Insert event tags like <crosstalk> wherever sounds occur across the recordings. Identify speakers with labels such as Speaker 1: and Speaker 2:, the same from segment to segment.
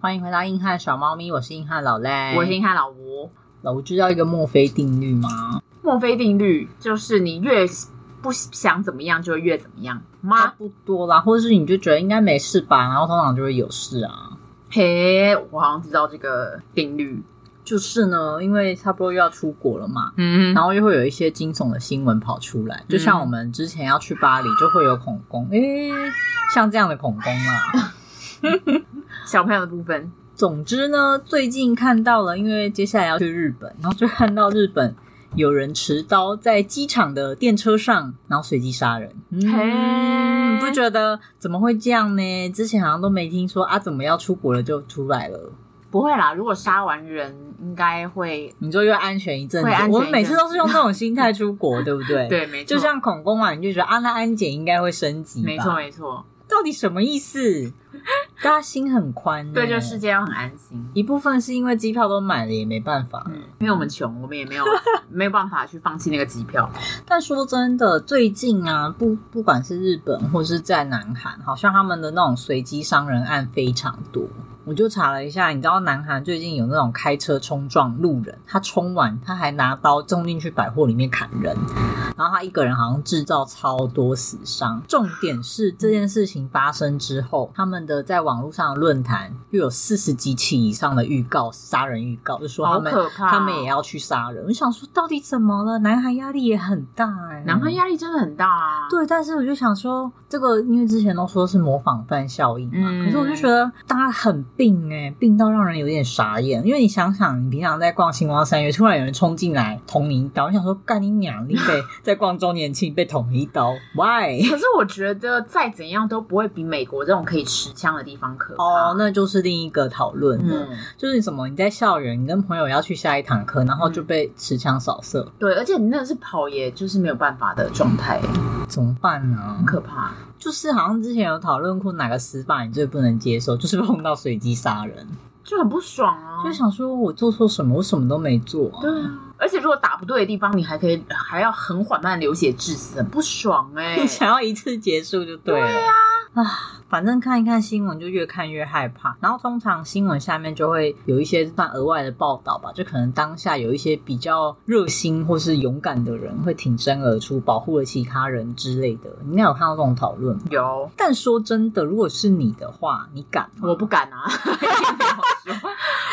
Speaker 1: 欢迎回到硬汉小猫咪，我是硬汉老赖，
Speaker 2: 我先看老吴。
Speaker 1: 老知道一个墨菲定律吗？
Speaker 2: 墨菲定律就是你越不想怎么样，就会越怎么样
Speaker 1: 差
Speaker 2: 吗？
Speaker 1: 不多啦，或者是你就觉得应该没事吧，然后通常就会有事啊。
Speaker 2: 嘿，我好像知道这个定律。
Speaker 1: 就是呢，因为差不多又要出国了嘛，
Speaker 2: 嗯
Speaker 1: 然后又会有一些惊悚的新闻跑出来，就像我们之前要去巴黎，就会有恐攻，诶、像这样的恐攻啊。
Speaker 2: 小朋友的部分，
Speaker 1: 总之呢，最近看到了，因为接下来要去日本，然后就看到日本有人持刀在机场的电车上，然后随机杀人。嗯，
Speaker 2: 嘿
Speaker 1: 不觉得怎么会这样呢？之前好像都没听说啊，怎么要出国了就出来了？
Speaker 2: 不会啦。如果杀完人，应该会
Speaker 1: 你就又安全一阵子
Speaker 2: 会安全。一阵子
Speaker 1: 我们每次都是用这种心态出
Speaker 2: <laughs>
Speaker 1: 国，对不对？。
Speaker 2: 对，没错，
Speaker 1: 就像恐攻嘛，你就觉得啊，那安检应该会升级吧，
Speaker 2: 没错没错，
Speaker 1: 到底什么
Speaker 2: <laughs>
Speaker 1: 意思？大家心很宽呢、
Speaker 2: 对这个世界要很安心。
Speaker 1: 一部分是因为机票都买了，也没办法。
Speaker 2: 嗯，因为我们穷，我们也
Speaker 1: <laughs>
Speaker 2: 没有没有办法去放弃那个机票。
Speaker 1: 但说真的，最近啊，不不管是日本或是在南韩，好像他们的那种随机伤人案非常多。我就查了一下，你知道南韩最近有那种开车冲撞路人，他冲完他还拿刀冲进去百货里面砍人，然后他一个人好像制造超多死伤。重点是这件事情发生之后，他们的在网络上的论坛又有四十几起以上的预告杀人预告，就说他们
Speaker 2: 好可怕哦
Speaker 1: 他们也要去杀人。我想说，到底怎么了？南韩压力也很大哎、
Speaker 2: 南韩压力真的很大啊。，
Speaker 1: 对，但是我就想说，这个因为之前都说是模仿犯效应嘛，
Speaker 2: 嗯
Speaker 1: 可是我就觉得大家很病哎、病到让人有点傻眼。因为你想想，你平常在逛星光三月，突然有人冲进来捅你一刀，你想说干你娘，你
Speaker 2: <laughs>
Speaker 1: 被在逛周年庆被捅了一刀，why？
Speaker 2: 可是我觉得再怎样都不会比美国这种可以持枪的地方可怕。
Speaker 1: 哦，那就是另一个讨论了，
Speaker 2: 嗯，
Speaker 1: 就是什么你在校园，你跟朋友要去下一堂课，然后
Speaker 2: 嗯
Speaker 1: 就被持枪扫射，
Speaker 2: 对，而且你那个是跑，也就是没有办法的状态，很
Speaker 1: 怎么办呢、
Speaker 2: 可怕。
Speaker 1: 就是好像之前有讨论过哪个死法你最不能接受，就是碰到随机杀人。
Speaker 2: 就很不爽啊。
Speaker 1: 就想说我做错什么，我什么都没做、啊。
Speaker 2: 对啊，而且如果打不对的地方，你还可以还要很缓慢地流血致死，很不爽哎、
Speaker 1: 你 <laughs> 想要一次结束就对了。对啊。反正看一看新闻就越看越害怕，然后通常新闻下面就会有一些算额外的报道吧，就可能当下有一些比较热心或是勇敢的人会挺身而出，保护了其他人之类的。你应该有看到这种讨论吧。
Speaker 2: 有，
Speaker 1: 但说真的，如果是你的话，你敢吗？
Speaker 2: 我不敢啊，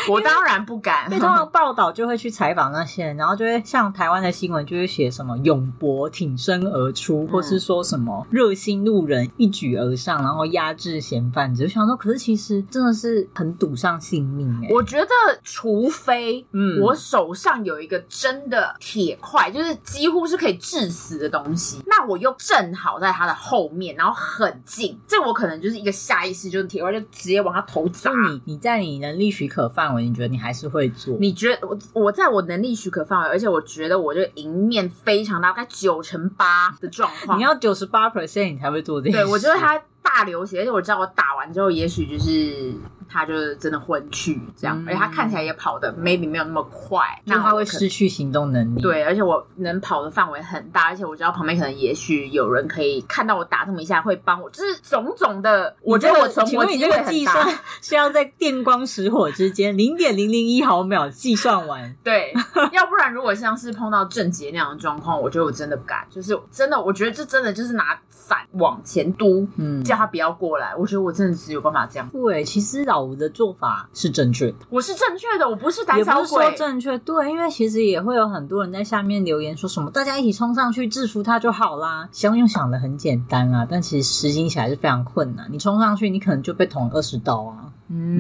Speaker 2: 我当然不敢
Speaker 1: 因为。通常报道就会去采访那些人，然后就会像台湾的新闻，就会写什么永博挺身而出，
Speaker 2: 嗯
Speaker 1: 或是说什么热心路人一举而上，然后压制嫌犯。只是想说，可是其实真的是很赌上性命哎、
Speaker 2: 我觉得，除非
Speaker 1: 嗯
Speaker 2: 我手上有一个真的铁块，就是几乎是可以致死的东西，那我又正好在他的后面，然后很近，这我可能就是一个下意识，就是铁块就直接往他头砸
Speaker 1: 就。你你在你能力许可范围，你觉得你还是会做？
Speaker 2: 你觉得我我在我能力许可范围，而且我觉得我就赢面非常大，大概九成八的状况。
Speaker 1: 你要九十八 percent 你才会做这件
Speaker 2: 对
Speaker 1: 事。
Speaker 2: 我觉得他大流血，而且我知道我打完之后，也许就是他就是真的昏去这样，
Speaker 1: 嗯
Speaker 2: 而且他看起来也跑的 maybe 没有那么快，
Speaker 1: 那
Speaker 2: 那
Speaker 1: 他会
Speaker 2: 可
Speaker 1: 失去行动能力。。
Speaker 2: 对，而且我能跑的范围很大，而且我知道旁边可能也许有人可以看到我打这么一下，会帮我，就是种种的。我觉得我从
Speaker 1: 请
Speaker 2: 我
Speaker 1: 问你
Speaker 2: 机
Speaker 1: 这
Speaker 2: 会
Speaker 1: 个计
Speaker 2: 很大
Speaker 1: 算，
Speaker 2: <laughs>
Speaker 1: 是要在电光石火之间零点零零一毫秒计算完，
Speaker 2: 对，要不然如果像是碰到郑杰那样的状况，我觉得我真的不敢，就是真的，我觉得这真的就是拿伞往前嘟，
Speaker 1: 嗯，
Speaker 2: 叫他不要过来。我觉得我真的只有办法这样，
Speaker 1: 对，其实老吴的做法是正确的，
Speaker 2: 我是正确的，我不是胆
Speaker 1: 也不
Speaker 2: 小
Speaker 1: 是说
Speaker 2: 鬼。
Speaker 1: 正确，对，因为其实也会有很多人在下面留言说什么大家一起冲上去制服他就好啦。想用想的很简单啊，但其实实行起来是非常困难。你冲上去，你可能就被捅二十刀啊。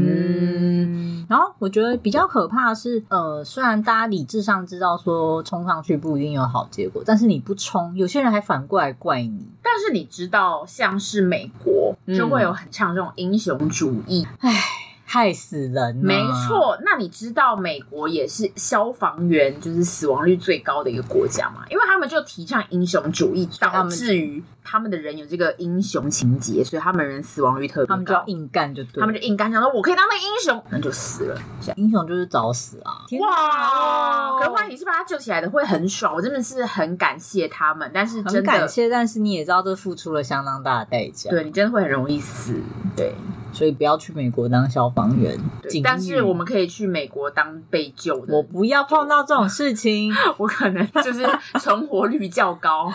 Speaker 2: 嗯，
Speaker 1: 然后我觉得比较可怕的是，呃，虽然大家理智上知道说冲上去不一定有好结果，但是你不冲，有些人还反过来怪你。
Speaker 2: 但是你知道，像是美国
Speaker 1: 嗯
Speaker 2: 就会有很强这种英雄主义，
Speaker 1: 唉，害死人、啊。
Speaker 2: 没，错，那你知道美国也是消防员就是死亡率最高的一个国家嘛？因为他们就提倡英雄主义，
Speaker 1: 他
Speaker 2: 导
Speaker 1: 们
Speaker 2: 致于他们的人有这个英雄情节，所以他们人死亡率特别高。
Speaker 1: 他们就要硬干就对了。
Speaker 2: 他们就硬干，想说我可以当那个英雄，那就死了。这样
Speaker 1: 英雄就是找死啊！天哦哪
Speaker 2: 哇！可是万一你是把他救起来的，会很爽。我真的是很感谢他们，但是
Speaker 1: 很
Speaker 2: 真
Speaker 1: 感
Speaker 2: 的，
Speaker 1: 谢，但是你也知道这付出了相当大的代价，
Speaker 2: 对你真的会很容易死。对，
Speaker 1: 所以不要去美国当消防员。
Speaker 2: 对
Speaker 1: 警
Speaker 2: 但
Speaker 1: 语
Speaker 2: 是我们可以去美国当被救的。
Speaker 1: 我不要碰到这种事情。
Speaker 2: <laughs> 我可能就是存活率较高。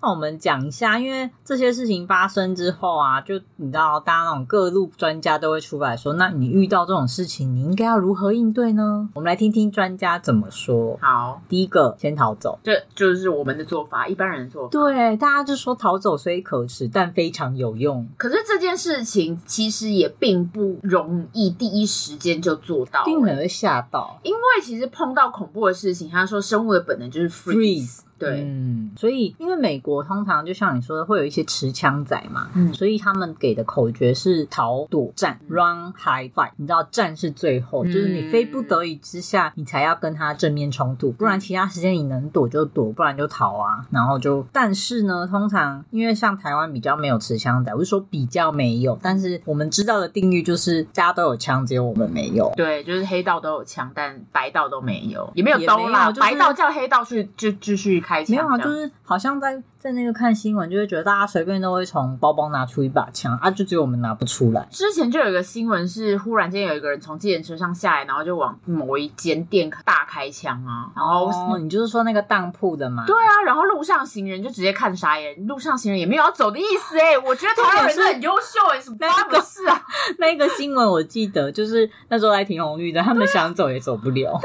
Speaker 1: 那我们讲一下，因为这些事情发生之后啊，就你知道，大家那种各路专家都会出来说，那你遇到这种事情，你应该要如何应对呢？我们来听听专家怎么说。
Speaker 2: 好，
Speaker 1: 第一个，先逃走。
Speaker 2: 这就是我们的做法，一般人的做法。
Speaker 1: 对，大家就说逃走虽可耻，但非常有用。
Speaker 2: 可是这件事情其实也并不容易，第一时间就做到、欸
Speaker 1: 定很会吓到
Speaker 2: 因为其实碰到恐怖的事情，他说生物的本能就是 freeze，,
Speaker 1: freeze。
Speaker 2: 对，
Speaker 1: 嗯，所以因为美国通常就像你说的，会有一些持枪仔嘛，
Speaker 2: 嗯
Speaker 1: 所以他们给的口诀是逃、躲、战、run、hide、fight。你知道战是最后，就是你非不得已之下，你才要跟他正面冲突，不然其他时间你能躲就躲，不然就逃啊。然后就，但是呢，通常因为像台湾比较没有持枪仔，我是说比较没有，但是我们知道的定律就是大家都有枪，只有我们没有。
Speaker 2: 对，就是黑道都有枪，但白道都没有，也没有
Speaker 1: 也
Speaker 2: 刀啦，
Speaker 1: 没有就是
Speaker 2: 白道叫黑道去就继续开枪，
Speaker 1: 没有
Speaker 2: 这
Speaker 1: 啊，
Speaker 2: 样
Speaker 1: 就是好像在在那个看新闻，就会觉得大家随便都会从包包拿出一把枪啊，就只有我们拿不出来。
Speaker 2: 之前就有一个新闻是，忽然间有一个人从计程车上下来，然后就往某一间店大开枪啊，然后、
Speaker 1: 哦，你就是说那个当铺的嘛？
Speaker 2: 对啊，然后路上行人就直接看傻眼，路上行人也没有要走的意思哎、 <laughs> 我觉得台湾人真的很优秀哎、什么
Speaker 1: 那
Speaker 2: 发
Speaker 1: 个
Speaker 2: 不是啊？
Speaker 1: 那个新闻我记得，就是那时候来停红绿灯，他们想走也走
Speaker 2: <laughs>
Speaker 1: 不了。
Speaker 2: <laughs>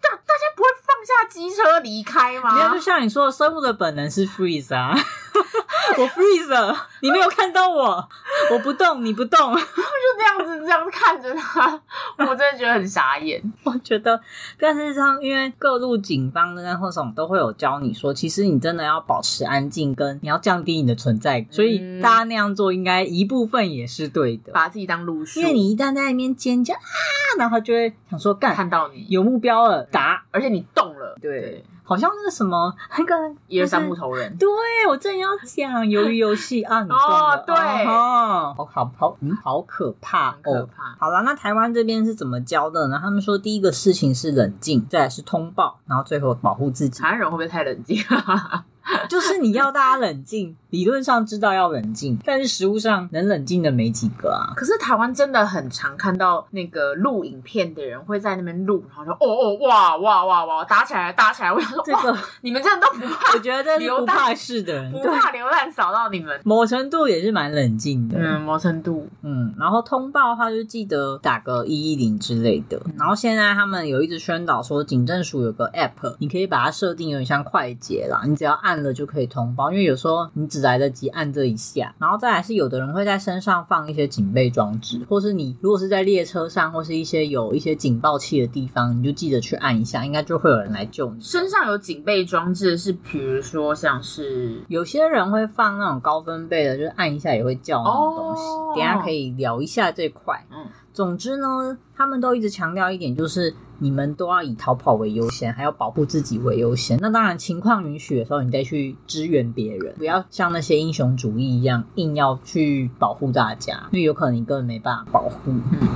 Speaker 2: 大大家不会放下机车离开
Speaker 1: 没有，
Speaker 2: 吗
Speaker 1: 就？像你说的，生物的本能是
Speaker 2: <laughs>
Speaker 1: freeze 啊，我 freeze 了，你没有看到我，我不动，你不动。
Speaker 2: 就这样子这样子看着 <laughs> 他，我真的觉得很傻眼。
Speaker 1: 我觉得，但是像因为各路警方跟或什么都会有教你说，其实你真的要保持安静，跟你要降低你的存在感，所
Speaker 2: 嗯
Speaker 1: 以大家那样做应该一部分也是对的，
Speaker 2: 把自己当路数，
Speaker 1: 因为你一旦在那边尖叫啊，然后就会想说干
Speaker 2: 看到你，
Speaker 1: 有目标了，打。
Speaker 2: 而且你动了，
Speaker 1: 对，好像那个什么那个
Speaker 2: 一二三木
Speaker 1: 就是
Speaker 2: 头人。
Speaker 1: 对我正要讲鱿鱼游戏啊，你中了
Speaker 2: 哦对
Speaker 1: 哦，好好好，嗯，好可怕
Speaker 2: 很可
Speaker 1: 哦。
Speaker 2: 怕，
Speaker 1: 好了，那台湾这边是怎么教的呢？他们说第一个事情是冷静，再来是通报，然后最后保护自己，
Speaker 2: 台湾人会不会太冷静？ <laughs>
Speaker 1: 就是你要大家冷静。理论上知道要冷静， <laughs> 但是实物上能冷静的没几个啊。
Speaker 2: 可是台湾真的很常看到那个录影片的人会在那边录，然后说哦哦哇哇哇哇打起来了打起来了，我想说
Speaker 1: 这
Speaker 2: 哇
Speaker 1: 个
Speaker 2: 你们真的都不怕
Speaker 1: 我觉得这是不怕事的人，
Speaker 2: 不
Speaker 1: 对，
Speaker 2: 怕流弹扫到你们，
Speaker 1: 某程度也是蛮冷静的。
Speaker 2: 嗯，某程度
Speaker 1: 嗯，然后通报的话就记得打个一一零之类的。然后现在他们有一直宣导说，警政署有个 app，你可以把它设定有点像快捷啦，你只要按了就可以通报。因为有时候你只来得及按这一下，然后再来是有的人会在身上放一些警备装置，或是你如果是在列车上或是一些有一些警报器的地方，你就记得去按一下，应该就会有人来救你。
Speaker 2: 身上有警备装置是，比如说像是
Speaker 1: 有些人会放那种高分贝的，就是按一下也会叫那种东西。
Speaker 2: 哦
Speaker 1: 等一下可以聊一下这块。
Speaker 2: 嗯
Speaker 1: 嗯，总之呢，他们都一直强调一点，就是你们都要以逃跑为优先，还要保护自己为优先。那当然，情况允许的时候，你再去支援别人，不要像那些英雄主义一样硬要去保护大家，因为有可能你根本没办法保护。
Speaker 2: 嗯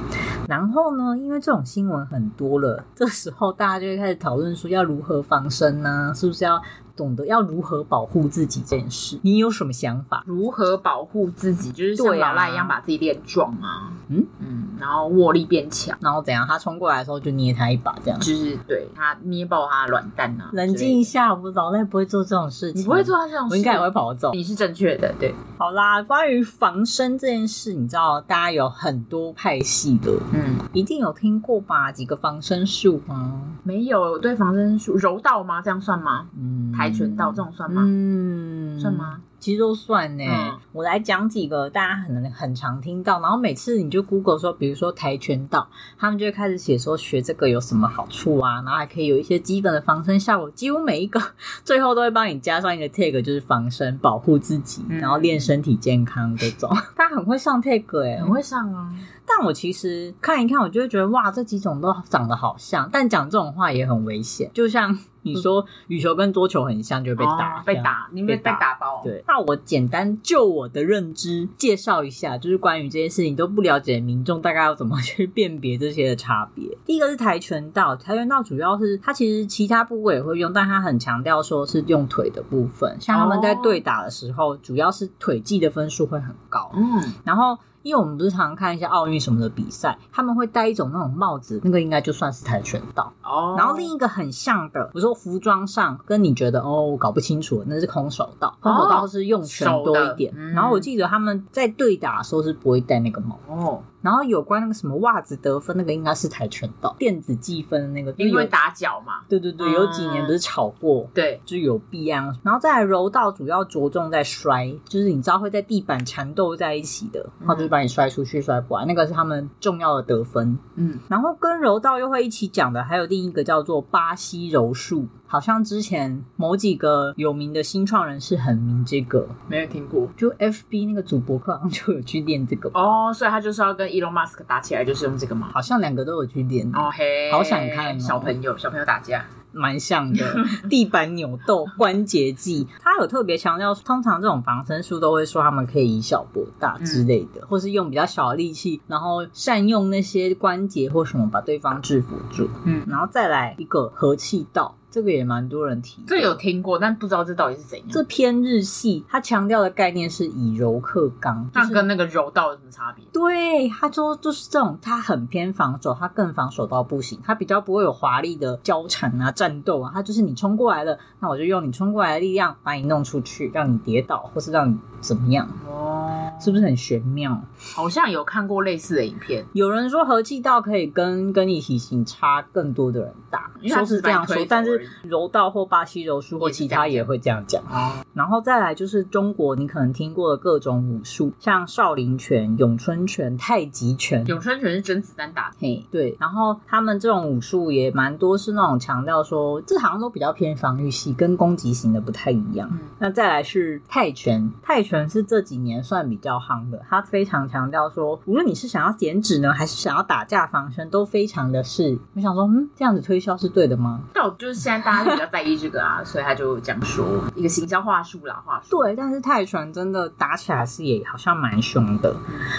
Speaker 1: 然后呢，因为这种新闻很多了，这时候大家就会开始讨论说要如何防身呢、是不是要懂得要如何保护自己这件事？你有什么想法？
Speaker 2: 如何保护自己，就是像
Speaker 1: 对啊
Speaker 2: 老赖一样把自己练壮啊，
Speaker 1: 嗯
Speaker 2: 嗯，然后握力变强，
Speaker 1: 然后怎样？他冲过来的时候就捏他一把，这样
Speaker 2: 就是对他捏爆他的卵蛋啊，
Speaker 1: 冷静一，下。我老赖不会做这种事情，
Speaker 2: 你不会，做他这种事，
Speaker 1: 我应该也会，跑走。
Speaker 2: 你是正确的，对，
Speaker 1: 好啦，关于防身这件事，你知道大家有很多派系的，
Speaker 2: 嗯。
Speaker 1: 一定有听过吧？几个防身术吗？
Speaker 2: 没有，我对防身术柔道吗？这样算吗？
Speaker 1: 嗯，
Speaker 2: 跆拳道这种算吗？
Speaker 1: 嗯，
Speaker 2: 算？吗？
Speaker 1: 其实都算呢、
Speaker 2: 嗯
Speaker 1: 我来讲几个大家很很常听到，然后每次你就 Google 说，比如说跆拳道，他们就会开始写说学这个有什么好处啊，然后还可以有一些基本的防身效果，几乎每一个 <laughs> 最后都会帮你加上一个 tag，就是防身保护自己，
Speaker 2: 嗯
Speaker 1: 然后练身体健康这种。 <laughs> 他很会上 tag 哎、
Speaker 2: 很会上啊，
Speaker 1: 但我其实看一看，我就会觉得哇，这几种都长得好像，但讲这种话也很危险，就像你说羽球跟桌球很像，就会被打、
Speaker 2: 嗯哦被。打，你被
Speaker 1: 被打
Speaker 2: 打包。
Speaker 1: 对，那我简单就我的认知介绍一下，就是关于这些事情都不了解的民众，大概要怎么去辨别这些的差别。 <laughs> 第一个是跆拳道，跆拳道主要是它其实其他部位也会用，但它很强调说是用腿的部分，像他们在
Speaker 2: 哦
Speaker 1: 对打的时候，主要是腿技的分数会很高。
Speaker 2: 嗯，
Speaker 1: 然后，因为我们不是常看一些奥运什么的比赛，他们会戴一种那种帽子，那个应该就算是跆拳道。
Speaker 2: 哦，
Speaker 1: 然后另一个很像的，我说服装上跟你觉得哦，我搞不清楚，那是空手道，空手道是用拳多一点。
Speaker 2: 哦手的嗯
Speaker 1: 然后我记得他们在对打的时候是不会戴那个帽。
Speaker 2: 哦，
Speaker 1: 然后有关那个什么袜子得分，那个应该是跆拳道电子计分的那个，
Speaker 2: 因为嗯
Speaker 1: 有
Speaker 2: 打脚嘛，
Speaker 1: 对对对，有几年不是吵过。
Speaker 2: 对，
Speaker 1: 就有必安，然后再来柔道主要着重在摔，就是你知道会在地板缠斗在一起的，然后就是把你摔出去、摔过来，那个是他们重要的得分。
Speaker 2: 嗯，
Speaker 1: 然后跟柔道又会一起讲的，还有另一个叫做巴西柔术，好像之前某几个有名的新创人士很迷这个，
Speaker 2: 没有听过。
Speaker 1: 就 FB 那个主播课好像就有去练这个，吧，
Speaker 2: 哦，所以他就是要跟 Elon Musk 打起来，就是用这个嘛。
Speaker 1: 好像两个都有去练，
Speaker 2: 哦嘿，
Speaker 1: 好想看哦
Speaker 2: 小朋友，小朋友打架。
Speaker 1: 蛮像
Speaker 2: <laughs>
Speaker 1: 的，地板扭斗、关节技，他有特别强调，通常这种防身术都会说他们可以以小博大之类
Speaker 2: 嗯
Speaker 1: 的，或是用比较小的力气，然后善用那些关节或什么把对方制服住，
Speaker 2: 嗯，
Speaker 1: 然后再来一个和气道，这个也蛮多人提的，
Speaker 2: 这个有听过，但不知道这到底是怎样。
Speaker 1: 这偏日系，它强调的概念是以柔克刚，就
Speaker 2: 那
Speaker 1: 是
Speaker 2: 跟那个柔道有什么差别？
Speaker 1: 对，他说就是这种，他很偏防守，他更防守到不行，他比较不会有华丽的交缠啊、战斗啊，他就是你冲过来了，那我就用你冲过来的力量把你弄出去，让你跌倒，或是让你怎么样，
Speaker 2: 哦，
Speaker 1: 是不是很玄妙？
Speaker 2: 好像有看过类似的影片，
Speaker 1: 有人说和气道可以跟跟你体型差更多的人打，
Speaker 2: 因为他
Speaker 1: 说
Speaker 2: 只
Speaker 1: 是
Speaker 2: 是
Speaker 1: 这
Speaker 2: 把
Speaker 1: 样
Speaker 2: 你推
Speaker 1: 说
Speaker 2: 走，
Speaker 1: 但
Speaker 2: 而已
Speaker 1: 是柔道或巴西柔术或
Speaker 2: 也是
Speaker 1: 其
Speaker 2: 这样
Speaker 1: 他也会这样讲。
Speaker 2: 哦，
Speaker 1: 然后再来就是中国你可能听过的各种武术，像少林拳、咏春拳、太极拳。
Speaker 2: 咏春拳是甄子丹打的，
Speaker 1: 嘿，对，然后他们这种武术也蛮多是那种强调说，这好像都比较偏防御系，跟攻击型的不太一样。
Speaker 2: 嗯
Speaker 1: 那再来是泰拳，泰拳是这几年算比较夯的，它非常强调说，无论你是想要减脂呢，还是想要打架防身，都非常的是。我想说，嗯，这样子推销是对的吗？
Speaker 2: 但我就是现在大家就比较在意这个啊，所以他就讲说一个行销话术啦，话术。
Speaker 1: 对，但是泰拳真的打起来是也好像蛮凶的，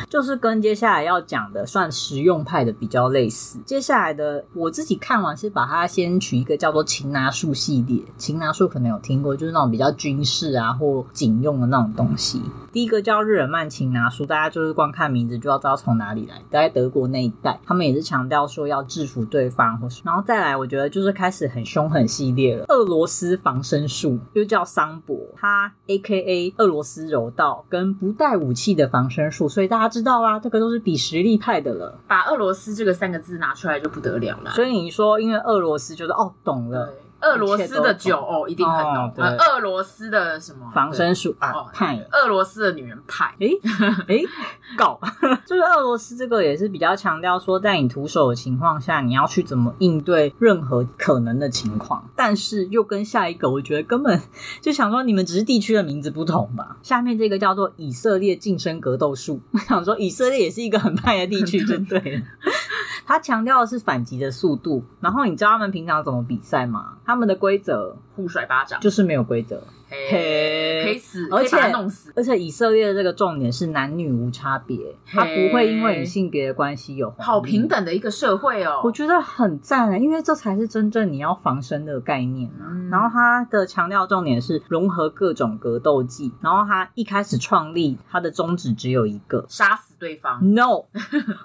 Speaker 1: 就是跟接下来要讲的算实用派的比较类似。接下来的我自己看完是把它先取一个叫做擒拿术系列，擒拿术可能有听过，就是那种比较军事啊或警用的那种东西。第一个叫日耳曼擒拿术，大家就是光看名字就要知道从哪里来，大概德国那一带，他们也是强调说要制服对方，或是然后再来，我觉得就是开始很凶狠系列了。俄罗斯防身术又叫桑博，它 A K A 俄罗斯柔道跟不带武器的防身术，所以大家知道啦、这个都是比实力派的了。
Speaker 2: 把俄罗斯这个三个字拿出来就不得了了。
Speaker 1: 所以你说，因为俄罗斯就是哦，懂了
Speaker 2: 对，俄罗斯的酒哦，一定很浓
Speaker 1: 哦。对
Speaker 2: 呃俄罗斯的什么
Speaker 1: 防？身术
Speaker 2: 哦
Speaker 1: 啊，派
Speaker 2: 对俄罗斯的女人派，
Speaker 1: 诶诶，搞， <laughs> 就是俄罗斯这个也是比较强调说，在你徒手的情况下，你要去怎么应对任何可能的情况，但是又跟下一个，我觉得根本就想说，你们只是地区的名字不同吧。下面这个叫做以色列近身格斗术， <laughs> 我想说以色列也是一个很派的地区，就对了。 <laughs> 他强调的是反击的速度，然后你知道他们平常怎么比赛吗？他们的规则
Speaker 2: 互甩巴掌，
Speaker 1: 就是没有规则，
Speaker 2: 嘿，可以死，
Speaker 1: 而且
Speaker 2: 可以把他弄死。
Speaker 1: 而且以色列的这个重点是男女无差别，他不会因为你性别的关系有红绿
Speaker 2: 好平。等的一个社会哦，
Speaker 1: 嗯我觉得很赞啊，因为这才是真正你要防身的概念啊。
Speaker 2: 嗯
Speaker 1: 然后它的强调重点是融合各种格斗技，然后它一开始创立它的宗旨只有一个
Speaker 2: 杀死对方，
Speaker 1: ，no，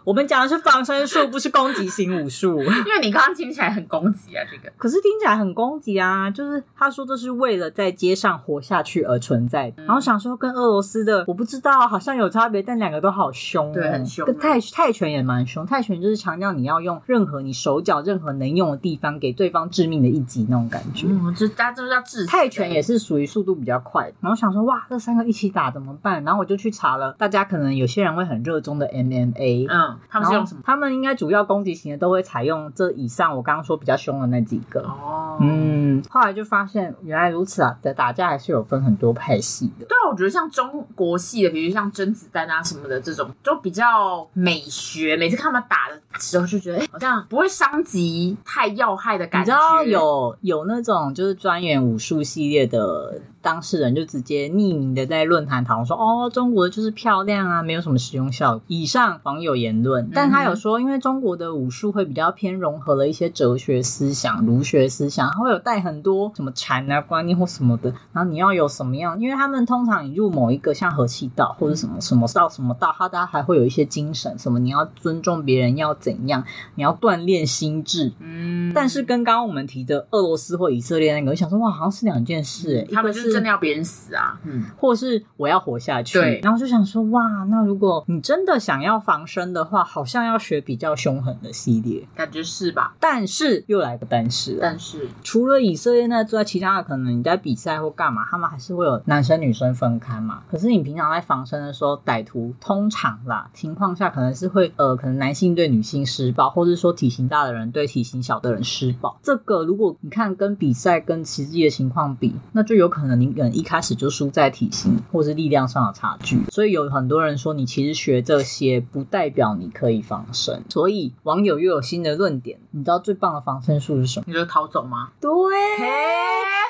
Speaker 1: 我们讲的是防身术，不是攻击型武术。
Speaker 2: 因为你刚刚听起来很攻击啊，这个
Speaker 1: 可是听起来很攻击啊！就是他说这是为了在街上样活下去而存在。
Speaker 2: 嗯
Speaker 1: 然后想说跟俄罗斯的我不知道，好像有差别，但两个都好凶、哦，
Speaker 2: 对很凶
Speaker 1: 跟泰泰拳也蛮凶，泰拳就是强调你要用任何你手脚任何能用的地方给对方致命的一击那种感觉。
Speaker 2: 嗯，这大家这叫致死
Speaker 1: 泰拳也是属于速度比较快，然后想说哇，这三个一起打怎么办？然后我就去查了，大家可能有些人会很热衷的 MMA，
Speaker 2: 嗯，他
Speaker 1: 他
Speaker 2: 们是用什么？？
Speaker 1: 他们应该主要攻击型的都会采用这以上我刚刚说比较凶的那几个。
Speaker 2: 哦，
Speaker 1: 嗯，后来就发现原来如此啊！的打架还是有分很多派系的。
Speaker 2: 对啊，我觉得像中国系的，比如像甄子丹啊什么的这种，就比较美学。每次看他们打的时候，就觉得哎好像不会伤及太要害的
Speaker 1: 嗯你
Speaker 2: 感
Speaker 1: 知
Speaker 2: 觉。
Speaker 1: 道有有那种就是专员武术系列的当事人，就直接匿名的在论坛讨论说，哦，中国就是漂亮啊，没有什么实用效果。以上网友言
Speaker 2: 嗯
Speaker 1: 论，但他有说，因为中国的武术会比较偏融合了一些哲学思想、儒学思想，它会有带很多什么禅啊观念或什么的。然后你要有什么样，因为他们通常你入某一个像和气道或者什么什么道什么道，他大家还会有一些精神，什么你要尊重别人，要怎样，你要锻炼心智，
Speaker 2: 嗯，
Speaker 1: 但是跟刚刚我们提的俄罗斯或以色列那个，我想说哇，好像是两件事、欸，
Speaker 2: 嗯他们就
Speaker 1: 一
Speaker 2: 是
Speaker 1: 个
Speaker 2: 真的要别人死啊。嗯，
Speaker 1: 或是我要活下去
Speaker 2: 对，
Speaker 1: 然后就想说哇，那如果你真的想要防身的话，好像要学比较凶狠的系列。
Speaker 2: 感觉是吧？
Speaker 1: 但是又来个但是了，
Speaker 2: 但是
Speaker 1: 除了以色列那之外，其他的可能你在比赛或干嘛，他们还是会有男生女生分开嘛。可是你平常在防身的时候，歹徒通常啦情况下可能是会呃，可能男性对女性施暴，或者说体型大的人对体型小的人施暴。这个如果你看跟比赛跟实际的情况比，那就有可能你可能一开始就输在体型或是力量上的差距。所以有很多人说，你其实学这些不代表你可以防身。所以网友又有新的论点，你知道最棒的防身术是什么？
Speaker 2: 你就逃走吗？
Speaker 1: 对，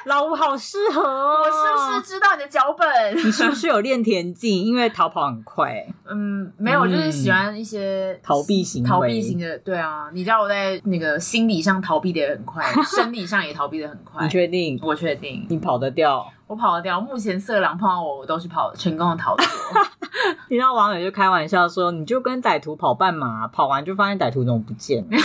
Speaker 1: 老吴好适合哦。
Speaker 2: 我是不是知道你的脚本？
Speaker 1: 你是不是有练田径？因为逃跑很 <laughs> 快，
Speaker 2: <laughs> 嗯，没有，我就是
Speaker 1: 嗯
Speaker 2: 喜欢一些
Speaker 1: 逃避行
Speaker 2: 嗯
Speaker 1: 为
Speaker 2: 逃避型的。对啊，你知道我在那个心理上逃避的也很 <laughs> 快，生理上也逃避的很快
Speaker 1: 你。确定
Speaker 2: 我确定，
Speaker 1: 你跑得掉？
Speaker 2: 我跑得掉。目前色狼碰到我，我都是跑成功的逃脱。
Speaker 1: 你知道网友就开玩笑说，你就跟歹徒跑半马，跑完就发现歹徒怎么不见 <laughs> 了。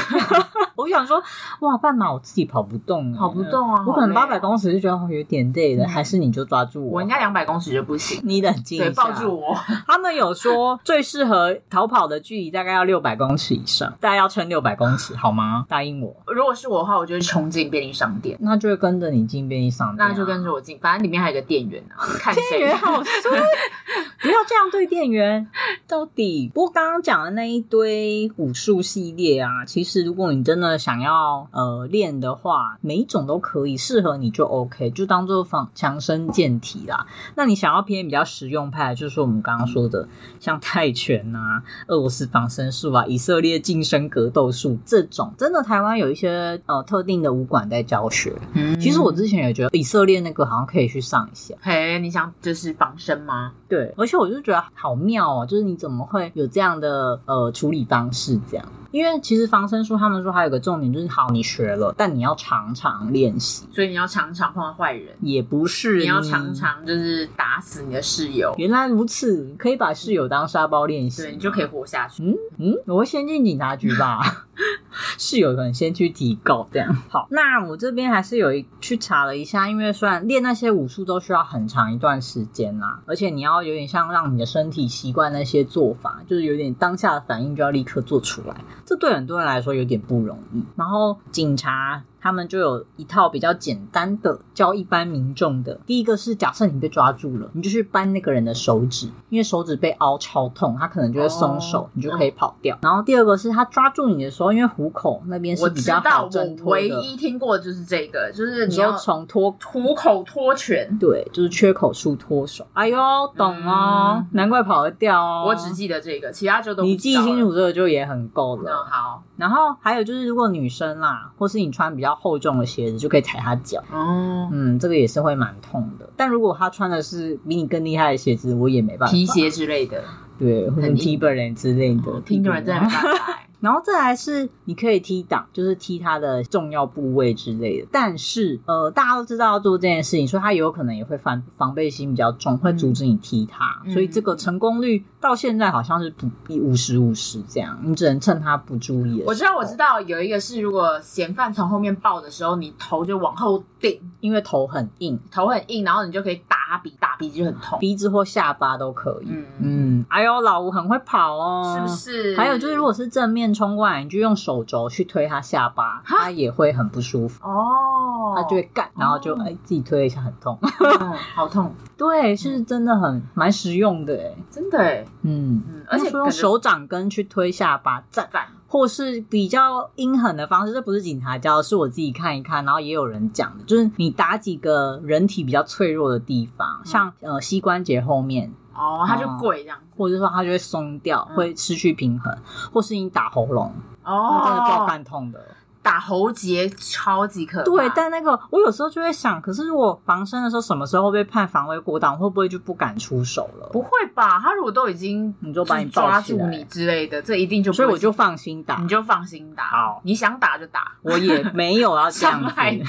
Speaker 1: 我想说，哇，半马我自己跑不动、欸，
Speaker 2: 跑不动啊
Speaker 1: 我可能
Speaker 2: <laughs> 好
Speaker 1: 八
Speaker 2: 累啊
Speaker 1: 百公尺就觉得哦有点累了，还是你就抓住我，
Speaker 2: 我应该两百公尺就不行，
Speaker 1: 你冷静一
Speaker 2: 对，
Speaker 1: 下，
Speaker 2: 抱住我。
Speaker 1: 他们有说最适合逃跑的距离大概要六百公尺以上，大家要撑六百公尺好吗？答应我。
Speaker 2: 如果是我的话，我就会冲进便利商店，
Speaker 1: 那就会跟着你进便利商店啊、
Speaker 2: 那就跟着我进。反正里面还有个店员啊，看
Speaker 1: 店
Speaker 2: 谁
Speaker 1: 员。好衰， <laughs> 不要这样对店员。到底，不过刚刚讲的那一堆武术系列啊，其实如果你真的想要呃练的话，每一种都可以，适合你就 OK，就当做防强身健体啦。那你想要偏比较实用派，就是我们刚刚说的，像泰拳啊、俄罗斯防身术啊、以色列近身格斗术这种，真的台湾有一些呃特定的武馆在教学。
Speaker 2: 嗯
Speaker 1: 其实我之前也觉得以色列那个好像可以去上一下。
Speaker 2: 嘿，你想就是防身吗？
Speaker 1: 对，而且我就觉得好妙哦，就是你怎么会有这样的呃处理方式这样？因为其实防身术他们说还有个重点就是，好，你学了，但你要常常练习，
Speaker 2: 所以你要常常碰到坏人，
Speaker 1: 也不是
Speaker 2: 你要
Speaker 1: 嗯
Speaker 2: 常。常就是打死你的室友，
Speaker 1: 原来如此，可以把室友当沙包练习，
Speaker 2: 对你就可以。活下去。
Speaker 1: 啊嗯，我会先进警察局吧， <laughs> 室友可能先去提告这样。好，那我这边还是有一去查了一下，因为虽然练那些武术都需要很长一段时间啦，而且你要有点像让你的身体习惯那些做法，就是有点当下的反应就要立刻做出来，这对很多人来说有点不容易。然后警察。他们就有一套比较简单的教一般民众的。第一个是，假设你被抓住了，你就去扳那个人的手指，因为手指被凹超痛，他可能就会松手，
Speaker 2: 哦
Speaker 1: 你就可以跑掉。然后第二个是他抓住你的时候，因为虎口那边
Speaker 2: 我
Speaker 1: 是比
Speaker 2: 知
Speaker 1: 较
Speaker 2: 道，
Speaker 1: 好
Speaker 2: 我
Speaker 1: 挣脱
Speaker 2: 唯
Speaker 1: 的，
Speaker 2: 一听过的就是这个，就是
Speaker 1: 你
Speaker 2: 你要
Speaker 1: 要从脱
Speaker 2: 虎口脱拳。
Speaker 1: 对，就是缺口处脱手。哎呦，懂哦，
Speaker 2: 嗯
Speaker 1: 难怪跑得掉哦。
Speaker 2: 我只记得这个，其他就都不
Speaker 1: 你
Speaker 2: 知
Speaker 1: 记
Speaker 2: 道
Speaker 1: 清
Speaker 2: 了。
Speaker 1: 楚这个就也很够了。
Speaker 2: 嗯，好，
Speaker 1: 然后还有就是，如果女生啦，或是你穿比较厚重的鞋子，就可以踩她脚。
Speaker 2: 哦，
Speaker 1: 嗯，这个也是会蛮痛的。但如果她穿的是比你更厉害的鞋子，我也没办法。
Speaker 2: 皮鞋之类的，
Speaker 1: 对，或者
Speaker 2: 很硬
Speaker 1: Timberland 之类的。 <laughs>
Speaker 2: 听的人真的没办法欸。
Speaker 1: 然后再来是你可以踢挡，就是踢它的重要部位之类的。但是呃，大家都知道要做这件事情，所以它有可能也会防防备心比较重，会阻止你踢它。
Speaker 2: 嗯
Speaker 1: 所以这个成功率到现在好像是不五十五十这样，你只能趁它不注意的时候。
Speaker 2: 我知道，我知道，有一个是，如果嫌犯从后面抱的时候，你头就往后顶，
Speaker 1: 因为头很硬，
Speaker 2: 头很硬，然后你就可以打他鼻，打鼻就很痛。
Speaker 1: 鼻子或下巴都可以。
Speaker 2: 嗯，
Speaker 1: 嗯，哎呦，老吴很会跑哦，
Speaker 2: 是不？是？
Speaker 1: 还有就是，如果是正面冲过来，你就用手肘去推他下巴，他也会很不舒服，
Speaker 2: 哦，
Speaker 1: 他就
Speaker 2: <laughs>
Speaker 1: 会干，然后就
Speaker 2: 哦
Speaker 1: 哎自己推一下很
Speaker 2: <laughs>
Speaker 1: 痛。
Speaker 2: 嗯好痛，
Speaker 1: 对，是真的很蛮实用的哎。
Speaker 2: <laughs> 真的哎，
Speaker 1: 嗯，
Speaker 2: 嗯，而且
Speaker 1: 那说用
Speaker 2: 感觉
Speaker 1: 手掌根去推下巴，赞。
Speaker 2: 赞，
Speaker 1: 或是比较阴狠的方式，这不是警察教，是我自己看一看，然后也有人讲的，就是你打几个人体比较脆弱的地方，像
Speaker 2: 嗯
Speaker 1: 呃膝关节后面，
Speaker 2: 哦，他就
Speaker 1: 嗯
Speaker 2: 跪这样子，
Speaker 1: 或者说它就会松掉，
Speaker 2: 嗯
Speaker 1: 会失去平衡，或是你打喉咙，那嗯真的爆
Speaker 2: 哦，
Speaker 1: 肝痛的。
Speaker 2: 打喉结超级可怕，
Speaker 1: 对，但那个我有时候就会想，可是如果防身的时候，什么时候会被判防卫过当，会不会就不敢出手了？
Speaker 2: 不会吧？他如果都已经
Speaker 1: 你嗯就把你抱
Speaker 2: 抓
Speaker 1: 起
Speaker 2: 住
Speaker 1: 来
Speaker 2: 你之类的，这一定就不会
Speaker 1: 所以我就放心打
Speaker 2: 你，就放心打，
Speaker 1: 好
Speaker 2: 你想打就打，
Speaker 1: 我也没有要这样
Speaker 2: 伤
Speaker 1: 子。
Speaker 2: 害者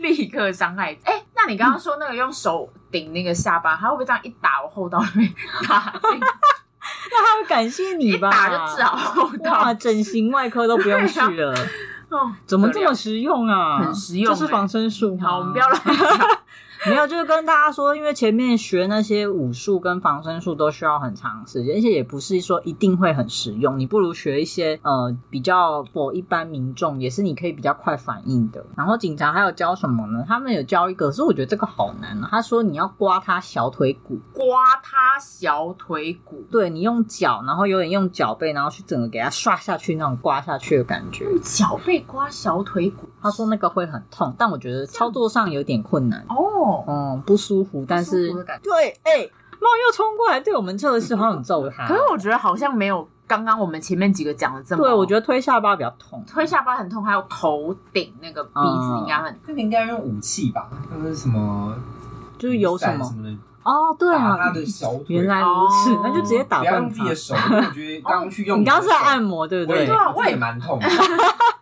Speaker 2: 立刻伤害者。哎、那你刚刚说那个用手顶那个下巴，他会不会这样一打我后道里面 <laughs> 打进去，
Speaker 1: 那他会
Speaker 2: <laughs>
Speaker 1: 感谢你
Speaker 2: 一
Speaker 1: 吧？
Speaker 2: 打就治好后
Speaker 1: 哇，
Speaker 2: 道？
Speaker 1: 整形外科都不用去了，
Speaker 2: 哦，
Speaker 1: 怎么这么实用
Speaker 2: 啊
Speaker 1: 啊？
Speaker 2: 很实用欸
Speaker 1: 这是防身术吗
Speaker 2: 好？我们不要乱
Speaker 1: <laughs>
Speaker 2: 讲。
Speaker 1: 没有，就是跟大家说，因为前面学那些武术跟防身术都需要很长时间，而且也不是说一定会很实用。你不如学一些呃比较我一般民众，也是你可以比较快反应的。然后警察还有教什么呢？他们有教一个，可是我觉得这个好难啊。他说你要刮他小腿骨，
Speaker 2: 刮他小腿骨，
Speaker 1: 对你用脚，然后有点用脚背，然后去整个给他刷下去那种刮下去的感觉。
Speaker 2: 脚被刮小腿骨
Speaker 1: 他说那个会很痛，但我觉得操作上有点困难。
Speaker 2: 哦，
Speaker 1: 嗯，不舒服，但是
Speaker 2: 不舒服的感
Speaker 1: 对，哎、猫又冲过来对我们测试，好想揍它。
Speaker 2: 可是我觉得好像没有刚刚我们前面几个讲的这么。
Speaker 1: 对我觉
Speaker 2: 得
Speaker 1: 得推下巴比较痛，
Speaker 2: 推下巴很痛，还有头顶那个鼻子应该很
Speaker 1: 嗯
Speaker 3: 那个应该用武器吧，那个是什么
Speaker 1: 就是有什
Speaker 3: 伞
Speaker 1: 么
Speaker 3: 什么的，
Speaker 1: 哦，对
Speaker 3: 打
Speaker 1: 啊
Speaker 3: 他，的小腿，
Speaker 1: 原来如此，
Speaker 2: 哦
Speaker 1: 那就直接打
Speaker 3: 不要
Speaker 1: 断
Speaker 3: 用自
Speaker 1: 它
Speaker 3: 己的。手，因 <laughs> 为我觉得刚刚去用
Speaker 1: 哦你刚刚是在按
Speaker 3: 摩，
Speaker 1: 摩对不啊
Speaker 3: 我
Speaker 1: 对？
Speaker 3: 也
Speaker 2: 对啊我也
Speaker 3: 自己也蛮痛的，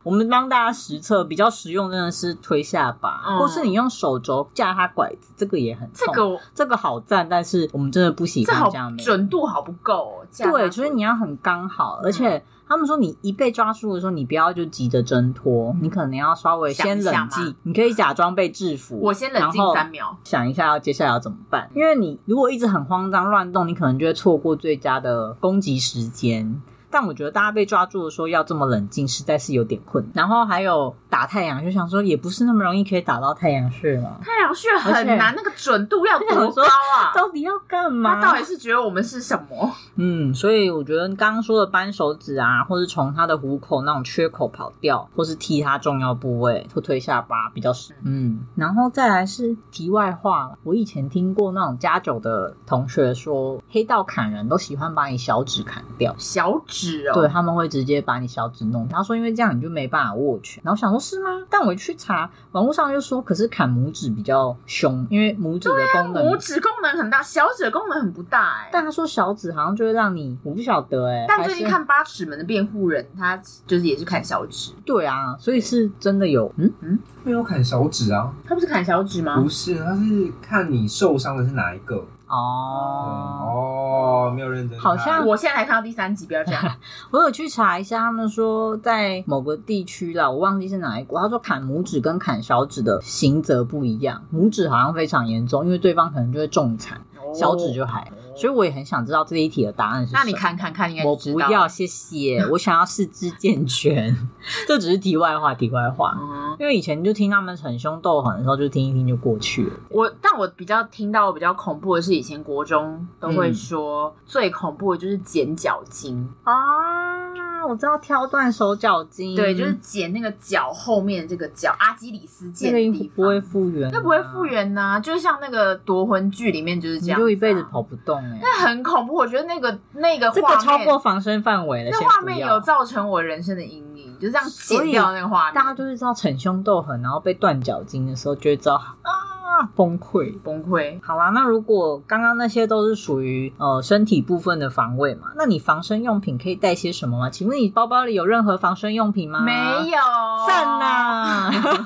Speaker 1: 我们帮大家实测，比较实用真的是推下巴，
Speaker 2: 嗯
Speaker 1: 或是你用手肘架它拐子，这个也很
Speaker 2: 这
Speaker 1: 痛。
Speaker 2: 个我
Speaker 1: 这个好赞，但是我们真的不喜
Speaker 2: 这
Speaker 1: 欢
Speaker 2: 好
Speaker 1: 嗯这样的。
Speaker 2: 准嗯度好不够、哦，这样
Speaker 1: 对，
Speaker 2: 拿
Speaker 1: 所以你要很刚好，而且他们说你一被抓住的时候，你不要就急着挣脱，你可能要稍微
Speaker 2: 嗯想
Speaker 1: 先
Speaker 2: 一下
Speaker 1: 冷
Speaker 2: 嘛
Speaker 1: 静，你可以假装被制服，
Speaker 2: 我先冷静
Speaker 1: 然后
Speaker 2: 三秒，
Speaker 1: 想一下要接下来要怎么办，因为你如果一直很慌张乱动，你可能就会错过最佳的攻击时间。但我觉得大家被抓住的时候要这么冷静，实在是有点困难。然后还有打太阳，就想说也不是那么容易可以打到太阳穴嘛，
Speaker 2: 太阳穴
Speaker 1: 而
Speaker 2: 啊很
Speaker 1: 且
Speaker 2: 难，那个准度要
Speaker 1: 我
Speaker 2: 多
Speaker 1: 说
Speaker 2: 高啊？
Speaker 1: 到底要干嘛？
Speaker 2: 他到底是觉得我们是什么？
Speaker 1: 嗯，所以我觉得刚刚说的扳手指啊，或是从他的虎口那种缺口跑掉，或是踢他重要部位或推下巴比较实。嗯，然后再来是题外话，我以前听过那种加九的同学说，黑道砍人都喜欢把你小指砍掉。
Speaker 2: 小指哦，
Speaker 1: 对，他们会直接把你小指弄掉。他说，因为这样你就没办法握拳。然后我想说，是吗？但我去查网络上就说，可是砍拇指比较凶，因为啊拇指的功能。
Speaker 2: 拇指功能很大，小指的功能很不大哎、
Speaker 1: 但他说小指好像就会让你，我不晓得哎、欸。
Speaker 2: 但
Speaker 1: 还
Speaker 2: 最近
Speaker 1: 是
Speaker 2: 看《八尺门的辩护人》，他就是也是砍小指，
Speaker 1: 对啊，所以是真的有，嗯，
Speaker 3: 没有砍小指啊，
Speaker 2: 他不是砍小指吗
Speaker 3: 不？是，他是看你受伤的是哪一个，对
Speaker 1: 哦，
Speaker 3: 哦，没有认真看，
Speaker 1: 好像
Speaker 2: 我现在才看到第三集，不要这
Speaker 1: <laughs>
Speaker 2: 样。
Speaker 1: 我有去查一下，他们说在某个地区啦，我忘记是哪一国，他说砍拇指跟砍小指的刑责不一样，拇指好像非常严重，因为对方可能就会重残，小指就还，所以我也很想知道这一题的答案是什么。
Speaker 2: 那你砍砍看，应该
Speaker 1: 我
Speaker 2: 就知
Speaker 1: 不
Speaker 2: 道
Speaker 1: 要，。谢 <laughs> 谢，我想要四肢健全， <laughs> 这只是题外话，题外话。
Speaker 2: 嗯，
Speaker 1: 因为以前就听他们逞凶斗狠的时候，就听一听就过去了。
Speaker 2: 我但我比较听到比较恐怖的是，以前国中都会
Speaker 1: 嗯
Speaker 2: 说、最恐怖的就是剪脚筋，
Speaker 1: 啊，我知道挑断手脚筋，
Speaker 2: 对，就是剪那个脚后面的这个脚阿基里斯
Speaker 1: 这
Speaker 2: 腱
Speaker 1: 个
Speaker 2: 的
Speaker 1: 应
Speaker 2: 地
Speaker 1: 该
Speaker 2: 方，
Speaker 1: 不会复原、啊
Speaker 2: 那不会复，原呐、就是像那个夺魂剧里面就是这
Speaker 1: 你
Speaker 2: 样、啊
Speaker 1: 就一辈子，跑不动哎、
Speaker 2: 那很恐怖。我觉得那个那个
Speaker 1: 这个
Speaker 2: 画面
Speaker 1: 超过防身范围了，
Speaker 2: 那
Speaker 1: 先
Speaker 2: 画
Speaker 1: 不
Speaker 2: 面
Speaker 1: 要
Speaker 2: 有造成我人生的阴影，就这样
Speaker 1: 所
Speaker 2: 剪
Speaker 1: 以
Speaker 2: 掉那个画面。
Speaker 1: 大家就是知道逞凶斗狠，然后被断脚筋的时候，就会知道啊，崩溃。
Speaker 2: 崩溃。
Speaker 1: 好啦，那如果刚刚那些都是属于呃身体部分的防卫嘛，那你防身用品可以带些什么吗？请问你包包里有任何防身用品吗？
Speaker 2: 没，有
Speaker 1: 啊赞！啊呐、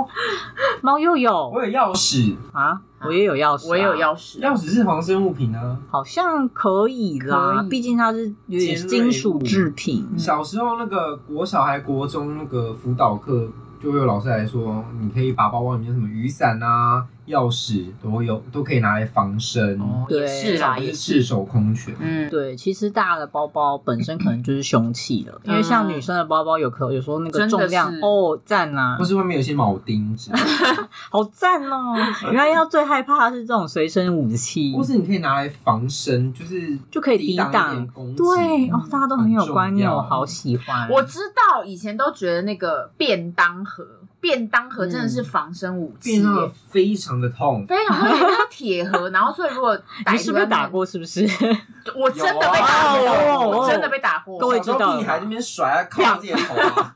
Speaker 1: <laughs> 猫又有
Speaker 3: 我有钥匙，
Speaker 1: 啊，我也有钥匙、
Speaker 2: 我也有，钥匙，啊
Speaker 3: 钥匙是防身物品啊。
Speaker 1: 好像可以啦
Speaker 2: 可，以
Speaker 1: 毕竟它是有点
Speaker 3: 尖锐
Speaker 1: 金属
Speaker 3: 物
Speaker 1: 制品。
Speaker 3: 小时候那个国小还国中那个辅导课，就会有老师来说，你可以把包包里面什么雨伞啊、钥匙都有，都可以拿来防身。
Speaker 2: 哦
Speaker 1: 对
Speaker 2: 也是
Speaker 3: 至少
Speaker 2: 啦，
Speaker 3: 不
Speaker 2: 也
Speaker 3: 是
Speaker 2: 是
Speaker 3: 赤。手空拳。
Speaker 2: 嗯，
Speaker 1: 对，其实大的包包本身可能就是凶器了，
Speaker 3: 嗯
Speaker 1: 因为像女生的包包有可有时候那个
Speaker 2: 真的
Speaker 1: 重量
Speaker 2: 是
Speaker 1: 哦赞呐、
Speaker 3: 或是外面有一些铆钉之类
Speaker 1: 嗯
Speaker 3: 的，
Speaker 1: 好赞
Speaker 3: <laughs>
Speaker 1: 哦！原来要最害怕的是这种随身武器，
Speaker 3: 或是你可以拿来防身，就是
Speaker 1: 就可以抵
Speaker 3: 挡一
Speaker 1: 挡
Speaker 3: 点攻击。
Speaker 1: 对哦，大家都很有观念，
Speaker 3: 嗯很重要
Speaker 1: 我好喜欢。
Speaker 2: 我知道，以前都觉得那个便当盒，便当盒真的
Speaker 1: 嗯
Speaker 2: 是防身武器
Speaker 3: 变
Speaker 2: 耶。
Speaker 3: 得非常的痛。
Speaker 2: 非常会那个铁盒， <laughs> 然后所以如果
Speaker 1: 你
Speaker 2: 歹
Speaker 1: 是
Speaker 2: 徒
Speaker 1: 不
Speaker 2: 在
Speaker 1: 是
Speaker 2: 那
Speaker 1: 打？过？是不
Speaker 3: <laughs>
Speaker 1: 是？
Speaker 2: 我真的被打
Speaker 1: 有啊
Speaker 2: 过，
Speaker 1: 哦
Speaker 2: 我真的被打过，
Speaker 1: 各位知道了吧
Speaker 3: 你还在那边甩啊，靠自己的头
Speaker 1: <laughs>
Speaker 3: 啊，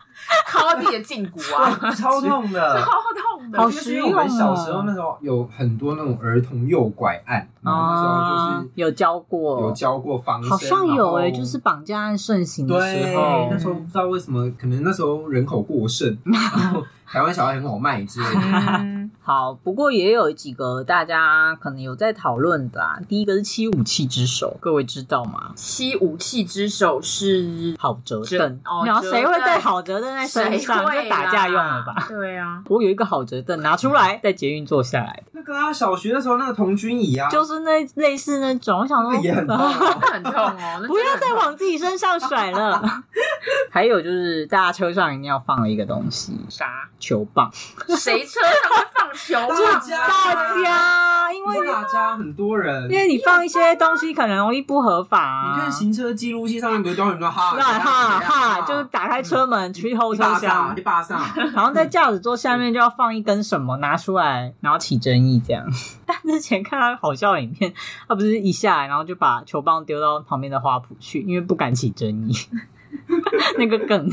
Speaker 2: 敲自己的胫骨啊，
Speaker 3: 超痛
Speaker 2: <laughs>
Speaker 3: 的。
Speaker 2: 超痛的。
Speaker 1: 好啊
Speaker 3: 就是因为我们小时候那时候有很多那种儿童诱拐案，然后那时候
Speaker 1: 啊
Speaker 3: 嗯就是，
Speaker 1: 有教
Speaker 3: 有
Speaker 1: 过，
Speaker 3: 教过防身，
Speaker 1: 好像有
Speaker 3: 哎、
Speaker 1: 诶，就是绑架案盛行的时
Speaker 3: 对
Speaker 1: 候，，
Speaker 3: 那时候不知道为什么，可能那时候人口过剩，然
Speaker 1: <laughs>
Speaker 3: 后台湾小孩很好卖之类的。
Speaker 2: 嗯
Speaker 1: 好，不过也有几个大家可能有在讨论的啊。第一个是七武器之首，各位知道吗？
Speaker 2: 七武器之首是
Speaker 1: 好折
Speaker 2: 折
Speaker 1: 凳，
Speaker 2: 哦
Speaker 1: 然后
Speaker 2: 折
Speaker 1: 谁会带
Speaker 2: 凳
Speaker 1: 好折凳在身
Speaker 2: 谁
Speaker 1: 上？
Speaker 2: 会啦
Speaker 1: 就打架用了吧？？
Speaker 2: 对啊，
Speaker 1: 我有一个好折凳，拿出来在捷运坐下来，
Speaker 3: 那个啊，小学的时候那个童军椅啊，
Speaker 1: 就是那类似那种，我想
Speaker 3: 那个
Speaker 1: 说
Speaker 3: 也很痛、啊。
Speaker 2: 那很痛哦，那
Speaker 1: <laughs> 不要
Speaker 2: 真的
Speaker 1: 再
Speaker 2: 很痛
Speaker 1: 往自己身上甩了。还有就是，大家车上一定要放了一个东西——
Speaker 2: 啥？
Speaker 1: 球棒。
Speaker 2: 谁车上会放球啊
Speaker 3: 大
Speaker 2: 棒？
Speaker 3: 家
Speaker 1: 大家，因为
Speaker 3: 大家很多人，
Speaker 1: 因为你放一些东西，可能容易不合法、啊。
Speaker 3: 你看行车记录器上面不是都很多哈
Speaker 1: 那哈啊哈，就是打开车门去后
Speaker 3: 一
Speaker 1: 车
Speaker 3: 巴
Speaker 1: 厢
Speaker 3: 上一，巴上，
Speaker 1: <laughs> 然后在驾驶座下面就要放一根什么拿出来，然后起争议这样。 <laughs> 但之前看到好笑的影片，他不是一下来，然后就把球棒丢到旁边的花圃去，因为不敢起争议。 <laughs> 那个梗，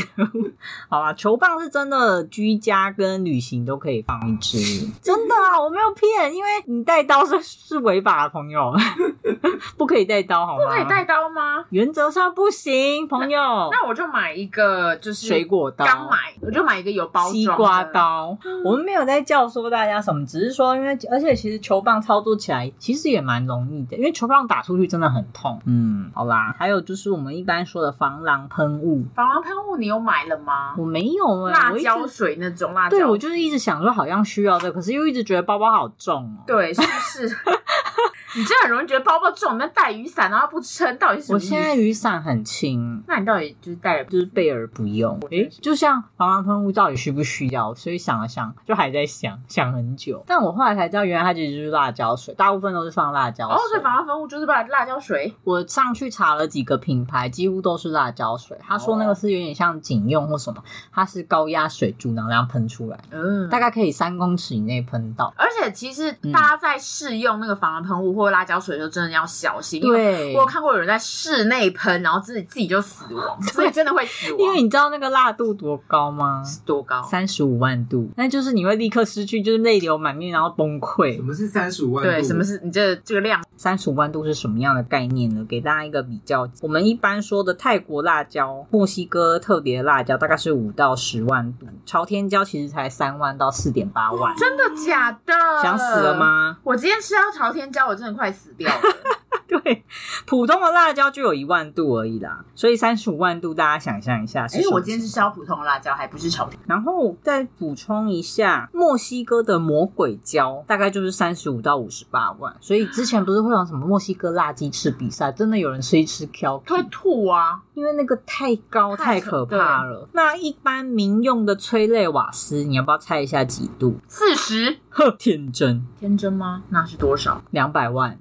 Speaker 1: 好啊，球棒是真的，居家跟旅行都可以放一支，真的啊，我没有骗，因为你带刀是是违法的，朋友， <laughs> 不可以带刀，好吗？
Speaker 2: 不可以带，刀吗？
Speaker 1: 原则上不行，朋友。
Speaker 2: 那我就买一个，就是
Speaker 1: 水果刀、
Speaker 2: 刚买，我就买一个有包装
Speaker 1: 西
Speaker 2: 的嗯
Speaker 1: 瓜。刀，我们没有在教唆大家什么，只是说，因为而且其实球棒操作起来其实也蛮容易的，因为球棒打出去真的很痛。嗯，好啦，还有就是我们一般说的防狼喷雾，
Speaker 2: 防狼喷雾你有买了吗？
Speaker 1: 我没有哎、
Speaker 2: 辣
Speaker 1: 我一
Speaker 2: 椒
Speaker 1: 直
Speaker 2: 水那种辣椒，
Speaker 1: 对我就是一直想说好像需要这个，可是又一直觉得包包好重哦、
Speaker 2: 对，是不
Speaker 1: <laughs>
Speaker 2: 是？你真的很容易觉得包包重，你们带雨伞然后不撑，到底是什么
Speaker 1: 我
Speaker 2: 意思？
Speaker 1: 现在雨伞很轻。
Speaker 2: 那你到底就是带了
Speaker 1: 就是备而不用，诶，就像防狼喷雾到底需不需要？所以想了想，就还在想想很久。但我后来才知道，原来它其实就是辣椒水，大部分都是放辣椒水。
Speaker 2: 哦，所以防狼喷雾就是把辣椒水
Speaker 1: 我上去查了几个品牌，几乎都是辣椒水。他说那个是有点像警用或什么，它是高压水柱，然后这样喷出来，
Speaker 2: 嗯
Speaker 1: 大概可以三公尺以内喷到。
Speaker 2: 而且其实
Speaker 1: 嗯
Speaker 2: 大家在试用那个防狼喷雾或辣椒水的时候，真的要小心。因为
Speaker 1: 对
Speaker 2: 我，有看过有人在室内喷，然后自己自己就死亡，
Speaker 1: <laughs>
Speaker 2: 所以真的会死亡。
Speaker 1: 因为你知道那个辣度多高吗？
Speaker 2: 多高？
Speaker 1: 三十五万度，那就是你会立刻失去，就是泪流满面，然后崩溃
Speaker 3: 什。么是三十五万度？
Speaker 2: 对，什么是你这这个量？
Speaker 1: 三十五万度是什么样的概念呢？给大家一个比较，我们一般说的泰国辣椒、墨西哥特别辣椒大概是五到十万度，朝天椒其实才三万到四点八万。
Speaker 2: 真的假的？
Speaker 1: 想死了？
Speaker 2: <laughs>
Speaker 1: 吗？
Speaker 2: 我今天吃到朝天椒，我真的快死掉
Speaker 1: <laughs>
Speaker 2: 了。
Speaker 1: 对，普通的辣椒就有一万度而已啦，所以三十五万度，大家想象一下是
Speaker 2: 哎
Speaker 1: 什，么
Speaker 2: 我今天是吃到普通的辣椒，还不是朝天。
Speaker 1: 然后再补充一下，墨西哥的魔鬼椒大概就是三十五到五十八万，所以之前不是会有什么墨西哥辣鸡翅比赛，真的有人吃一吃挑剔
Speaker 2: 会吐啊！
Speaker 1: 因为那个太高
Speaker 2: 太
Speaker 1: 太
Speaker 2: 扯
Speaker 1: 可怕了。那一般民用的催泪瓦斯，你要不要猜一下几度？
Speaker 2: 四十，
Speaker 1: 呵，天真，
Speaker 2: 天真吗？那是多少？
Speaker 1: 两百万，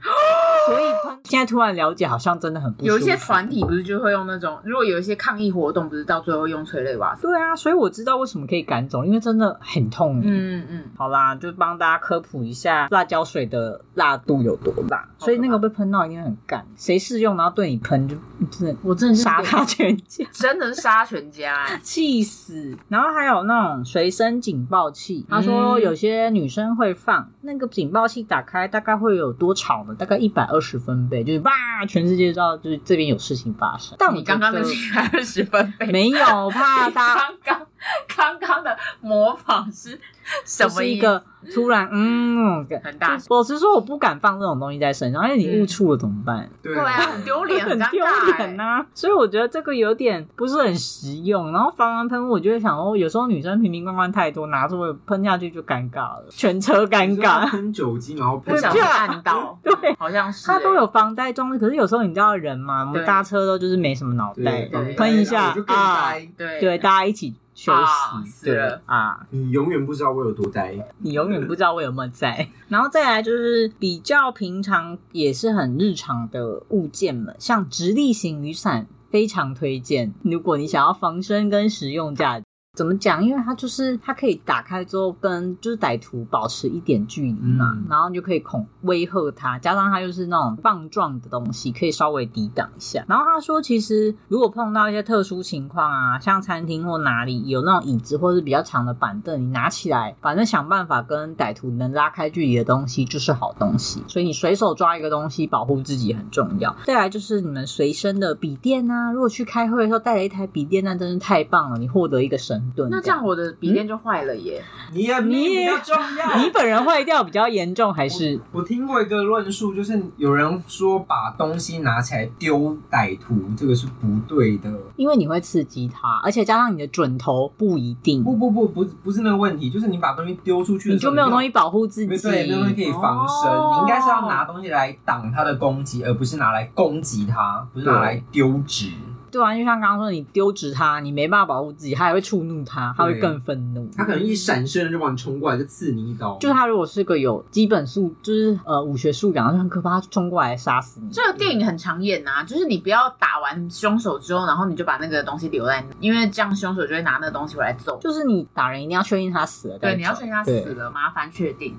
Speaker 1: 所以喷现在突然了解，好像真的很不舒服
Speaker 2: 有一些团体不是就会用那种，如果有一些抗议活动，不是到最后用催泪瓦斯？
Speaker 1: 对啊，所以我知道为什么可以赶走，因为真的很痛。
Speaker 2: 嗯嗯，
Speaker 1: 好啦，就帮大家科普一下辣椒水的辣度有多辣，
Speaker 2: 怕
Speaker 1: 所以那个被喷到一定很干。谁试用然后对你喷，就真
Speaker 2: 我真的
Speaker 1: 的
Speaker 2: 是
Speaker 1: 杀他全家，
Speaker 2: 真的是杀全家、欸。
Speaker 1: 气死！然后还有那种随身警报器，
Speaker 2: 嗯
Speaker 1: 他说有些女生会放那个警报器，打开大概会有多吵呢？大概一百二十分贝，就是哇，全世界知道就是这边有事情发生。但我
Speaker 2: 你刚刚的
Speaker 1: 觉得
Speaker 2: 竟然二十分贝，
Speaker 1: 没有，怕大家
Speaker 2: 刚刚刚刚的模仿是 <laughs> 什
Speaker 1: 就
Speaker 2: 么
Speaker 1: 是一
Speaker 2: 意思？
Speaker 1: 个突然嗯，
Speaker 2: 很大
Speaker 1: 就我是说我不敢放这种东西在身上，因为你误触了怎么办？
Speaker 3: 对
Speaker 2: 对啊，很丢脸，
Speaker 1: 很
Speaker 2: 尴
Speaker 1: 丢
Speaker 2: 尬、欸
Speaker 1: 脸。呐、所以我觉得这个有点不是很实用。然后防完喷雾，我就会想哦，有时候女生瓶瓶罐罐太多，拿出来喷下去就尴尬了，全车尴
Speaker 3: 你说
Speaker 1: 尬。
Speaker 3: 喷酒精，然后
Speaker 2: 不
Speaker 3: 喷
Speaker 2: 小
Speaker 3: 上
Speaker 2: 心按到，对，好像是、欸。
Speaker 1: 它都有防呆装置，可是有时候你知道人嘛，我们
Speaker 2: 对
Speaker 1: 搭车都就是没什么脑袋
Speaker 3: 对，
Speaker 2: 对
Speaker 1: 喷一下
Speaker 3: 我就更
Speaker 1: 啊，
Speaker 3: 呆。
Speaker 2: 对
Speaker 1: 对，大家一起休
Speaker 2: 啊
Speaker 1: 息，
Speaker 2: 死
Speaker 1: 对
Speaker 2: 了
Speaker 1: 啊，
Speaker 3: 你永远不知道我有多呆。
Speaker 1: 你永远不知道我有没有在。 <laughs> 然后再来就是比较平常也是很日常的物件们，像直立型雨伞非常推荐，如果你想要防身跟实用价值。怎么讲？因为它就是它可以打开之后跟就是歹徒保持一点距离嘛，
Speaker 3: 嗯
Speaker 1: 然后你就可以恐威吓他，加上它又是那种棒状的东西，可以稍微抵挡一下。然后他说，其实如果碰到一些特殊情况啊，像餐厅或哪里有那种椅子或是比较长的板凳，你拿起来，反正想办法跟歹徒能拉开距离的东西就是好东西。所以你随手抓一个东西，保护自己很重要。再来就是你们随身的笔电啊，如果去开会的时候带了一台笔电，那真是太棒了，你获得一个神盾。
Speaker 2: 那这样我的笔电就坏了耶。
Speaker 3: 你也你比较重要。
Speaker 1: 你本人坏掉比较严重，还是
Speaker 3: 我听过一个论述，就是有人说把东西拿起来丢歹徒，这个是不对的。
Speaker 1: 因为你会刺激他，而且加上你的准头不一定，
Speaker 3: 不不不，不不是那个问题，就是你把东西丢出去
Speaker 1: 你
Speaker 3: 的时
Speaker 1: 就
Speaker 3: 候，
Speaker 1: 没有东西保护自己
Speaker 3: 没。对，没有东西可以防身。
Speaker 2: 哦
Speaker 3: 你应该是要拿东西来挡他的攻击，而不是拿来攻击他，不是拿来丢掷。
Speaker 1: 对啊，就像刚刚说，你丢掷他，你没办法保护自己，他还会触怒他，他会更愤怒。
Speaker 3: 啊他可能一闪身就把你冲过来，就刺你一刀。
Speaker 1: 就是他如果是个有基本素，就是呃武学素养，就很可怕，他冲过来杀死你。
Speaker 3: 啊
Speaker 2: 这个电影很常演
Speaker 1: 嗯
Speaker 2: 啊，就是你不要打完凶手之后，然后你就把那个东西留在那，因为这样凶手就会拿那个东西回来揍。
Speaker 1: 就是你打人一定要确定他死了再走，
Speaker 2: 对，你要确定他死
Speaker 1: 对。
Speaker 2: 了，麻烦确定。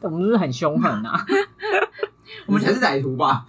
Speaker 1: 我们是不是很凶狠啊？
Speaker 3: 我们才是歹徒吧？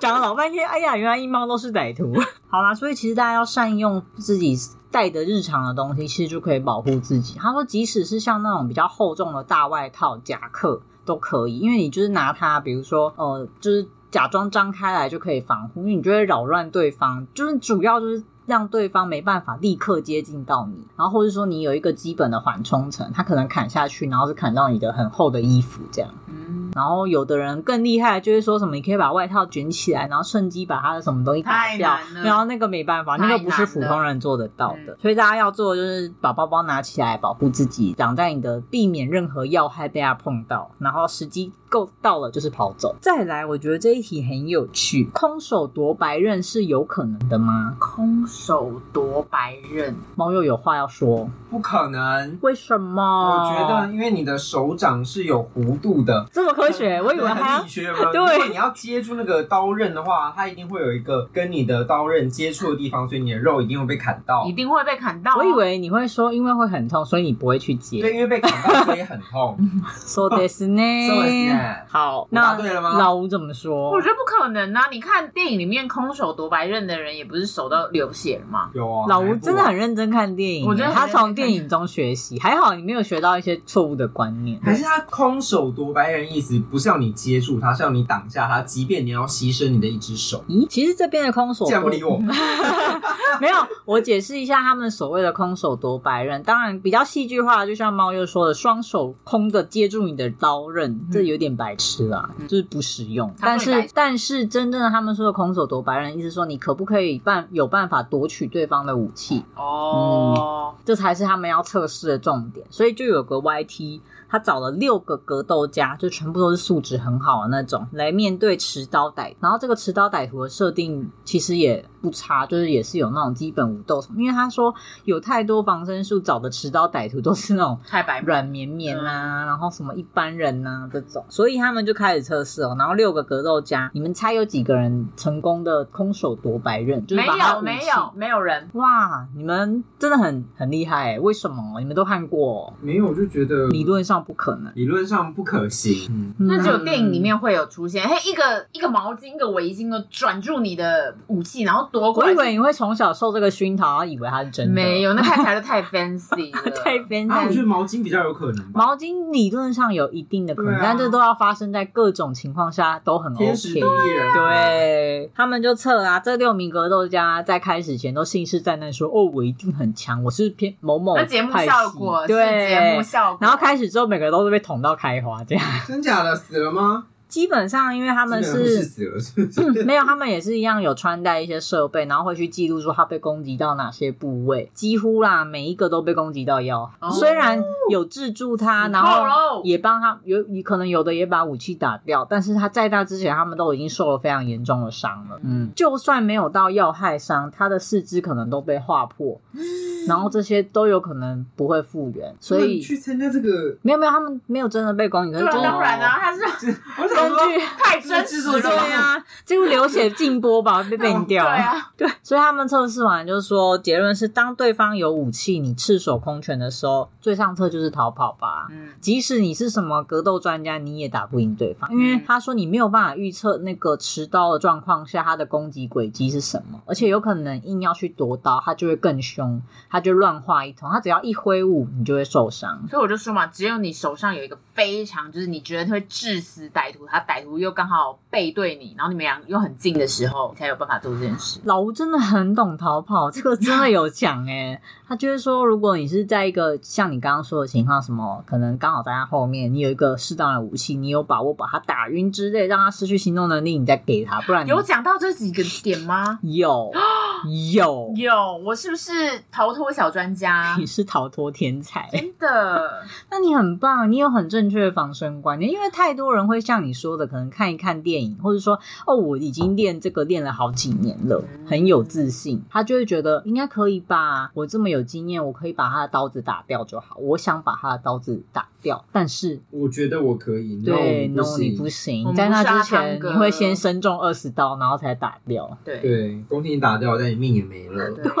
Speaker 1: 讲了老半天，哎呀，原来一猫都是歹徒。 <laughs> 好啦，所以其实大家要善用自己带的日常的东西，其实就可以保护自己。他说，即使是像那种比较厚重的大外套、夹克都可以，因为你就是拿它，比如说呃，就是假装张开来就可以防护，因为你就会扰乱对方，就是主要就是。让对方没办法立刻接近到你，然后或者说你有一个基本的缓冲层，他可能砍下去，然后是砍到你的很厚的衣服这样。
Speaker 2: 嗯，
Speaker 1: 然后有的人更厉害，就会说什么你可以把外套卷起来，然后趁机把他的什么东西打掉
Speaker 2: 太难。了
Speaker 1: 然后那个没办法，
Speaker 2: 太
Speaker 1: 那
Speaker 2: 难了
Speaker 1: 个不是普通人做得到的。所以大家要做的就是把包包拿起来保护自己，挡在你的，避免任何要害被他碰到。然后时机够到了就是跑走。再来，我觉得这一题很有趣，空手夺白刃是有可能的吗？
Speaker 2: 空手夺白刃，
Speaker 1: 猫又有话要说，
Speaker 3: <laughs> 不可能。
Speaker 1: 为什么？
Speaker 3: 我觉得，因为你的手掌是有弧度的，
Speaker 1: 这么科学，我以为他
Speaker 3: 力学有没有？
Speaker 1: 对
Speaker 3: 如果你要接住那个刀刃的话，它一定会有一个跟你的刀刃接触的地方，所以你的肉一定会被砍到
Speaker 2: 一。定会被砍到哦。
Speaker 1: 我以为你会说，因为会很痛，所以你不会去接。
Speaker 3: 对，因为被砍到所以很 <laughs> 痛。
Speaker 1: So this 呢
Speaker 3: <laughs> So this 呢
Speaker 1: 好，
Speaker 3: 我答
Speaker 1: 那
Speaker 3: 对了吗
Speaker 1: 老吴怎么说？
Speaker 2: 我觉得不可能啊！你看电影里面空手夺白刃的人，也不是手到流血了吗？
Speaker 3: 有啊，
Speaker 1: 老吴
Speaker 3: 还不
Speaker 1: 真的很认真看电影，欸
Speaker 2: 我觉得很
Speaker 1: 他
Speaker 2: 认真
Speaker 1: 从电影中学习，还好你没有学到一些错误的观念。
Speaker 3: 还是他空手夺白刃意思不是要你接住他，是要你挡下他，即便你要牺牲你的一只手。
Speaker 1: 咦，其实这边的空手
Speaker 3: 竟然不理
Speaker 1: 夺
Speaker 3: 我，
Speaker 1: 没有，我解释一下他们所谓的空手夺白刃。当然，比较戏剧化，就像猫又说的，双手空的接住你的刀
Speaker 3: 嗯
Speaker 1: 刃，这有点白痴啦，就是不实用。
Speaker 2: 他
Speaker 1: 但
Speaker 2: 会白
Speaker 1: 是
Speaker 2: 痴，
Speaker 1: 但是真正的他们说的空手夺白刃，意思说你可不可以办有办法夺取对方的武器？
Speaker 2: 哦，
Speaker 1: 这才是他们要测试的重点。所以就有个 YT 他找了六个格斗家，就全部都是素质很好的那种，来面对持刀歹。然后这个持刀歹徒的设定其实也不差，就是也是有那种基本武斗什么。因为他说有太多防身术，找的持刀歹徒都是
Speaker 2: <laughs>
Speaker 1: 那种
Speaker 2: 太白目
Speaker 1: 软绵绵
Speaker 2: 嗯
Speaker 1: 啊，然后什么一般人呐、啊、这种，所以他们就开始测试哦。然后六个格斗家，你们猜有几个人成功的空手夺白刃？就是
Speaker 2: 没
Speaker 1: 把他
Speaker 2: 有
Speaker 1: 武器嗯
Speaker 2: 没有没有人，
Speaker 1: 哇，你们真的很很厉害欸耶，为什么？你们都看过哦、
Speaker 3: 没有，我就觉得
Speaker 1: 理论上不可能。
Speaker 3: 理论上不可行。嗯，
Speaker 2: 那只有
Speaker 1: 嗯
Speaker 2: 电影里面会有出现，嘿，一个一个毛巾一个围巾的转住你的武器，然后夺过
Speaker 1: 我
Speaker 2: 来
Speaker 1: 以。为你会从小受这个熏陶，然后以为它是真的。
Speaker 2: 没，有，那看起来就太 fancy 了，
Speaker 1: <laughs> 太变
Speaker 3: 啊，
Speaker 1: 态
Speaker 3: 我觉。得毛巾比较有可能吧。
Speaker 1: 毛巾理论上有一定的可能，
Speaker 3: 对啊
Speaker 1: 但这都要发生在各种情况下都很 OK。
Speaker 3: 天时地利人和，
Speaker 1: 对他们就测啊，这六名格斗家在开始前都信誓旦旦说：“哦，我一定很强，我是偏某某
Speaker 2: 那
Speaker 1: 派
Speaker 2: 节目
Speaker 1: 系
Speaker 2: 效果是
Speaker 1: 对
Speaker 2: 节目效果，
Speaker 1: 然后开始之后，每个都是被捅到开花这样。
Speaker 3: 真假的死了吗？
Speaker 1: 基本上，因为他
Speaker 3: 他
Speaker 1: 们
Speaker 3: 是
Speaker 1: 是
Speaker 3: 死了，是
Speaker 2: <laughs>
Speaker 3: 不是？
Speaker 1: 嗯没有，他们也是一样有穿戴一些设备，然后会去记录说他被攻击到哪些部位，几乎啦每一个都被攻击到腰。
Speaker 2: 哦
Speaker 1: 虽然有制住他，
Speaker 2: 死
Speaker 1: 然
Speaker 2: 透
Speaker 1: 后
Speaker 2: 喽
Speaker 1: 也帮他有可能有的也把武器打掉，但是他在那之前他们都已经受了非常严重的伤了。嗯，就算没有到要害伤，他的四肢可能都被划破，
Speaker 2: 嗯
Speaker 1: 然后这些都有可能不会复原，所
Speaker 3: 他们
Speaker 1: 以。
Speaker 3: 去参加这个，
Speaker 1: 没有没有，他们没有真的被攻击，可是
Speaker 2: 对啊，
Speaker 1: 真的
Speaker 2: 当然啊，他
Speaker 1: <laughs>
Speaker 2: 是
Speaker 3: 我想
Speaker 1: 根
Speaker 3: 说
Speaker 1: 据
Speaker 2: 太真
Speaker 3: 制
Speaker 2: 实
Speaker 3: 作
Speaker 2: 了
Speaker 3: 组
Speaker 1: 对
Speaker 2: 吧，
Speaker 1: 啊，这个流血禁播吧， <laughs> 被变
Speaker 2: 对
Speaker 1: 掉。
Speaker 2: 啊，
Speaker 1: 对，所以他们测试完就是说，结论是当对方有武器，你赤手空拳的时候，最上策就是逃跑吧。
Speaker 2: 嗯，
Speaker 1: 即使你是什么格斗专家，你也打不赢对方，因为他说你没有办法预测那个持刀的状况下他的攻击轨迹是什么，而且有可能硬要去夺刀，他就会更凶，他就乱画一通，他只要一挥舞，你就会受伤。
Speaker 2: 所以我就说嘛，只有你手上有一个非常，就是你觉得会致死歹徒，他歹徒又刚好背对你，然后你们俩又很近的时候，才有办法做这件事。
Speaker 1: 老吴真的很懂逃跑，这个真的有讲哎、他就是说，如果你是在一个像你刚刚说的情况，什么可能刚好在他后面，你有一个适当的武器，你有把握把他打晕之类，让他失去行动能力，你再给他，不然你
Speaker 2: 有讲到这几个点吗？
Speaker 1: 有有
Speaker 2: 有，我是不是逃脱小专家
Speaker 1: 你？是逃脱天才，
Speaker 2: 真的，
Speaker 1: 那你很棒，你有很正确的防身观念，因为太多人会像你说的，可能看一看电影，或者说哦，我已经练这个练了好几年了，
Speaker 2: 嗯
Speaker 1: 很有自信，他就会觉得应该可以吧，我这么有经验，我可以把他的刀子打掉就好，我想把他的刀子打掉，但是。
Speaker 3: 我觉得我可以，
Speaker 1: 对
Speaker 3: 那我
Speaker 1: ，no，你
Speaker 3: 不
Speaker 1: 不
Speaker 3: 行。
Speaker 1: 行
Speaker 2: 我，们
Speaker 1: 在那之
Speaker 2: 不是阿
Speaker 1: 前
Speaker 2: 汤哥
Speaker 1: 你会先身中二十刀，然后才打掉。
Speaker 2: 对，
Speaker 3: 对，恭喜你打掉，但你命也没了。
Speaker 2: 对
Speaker 1: 对，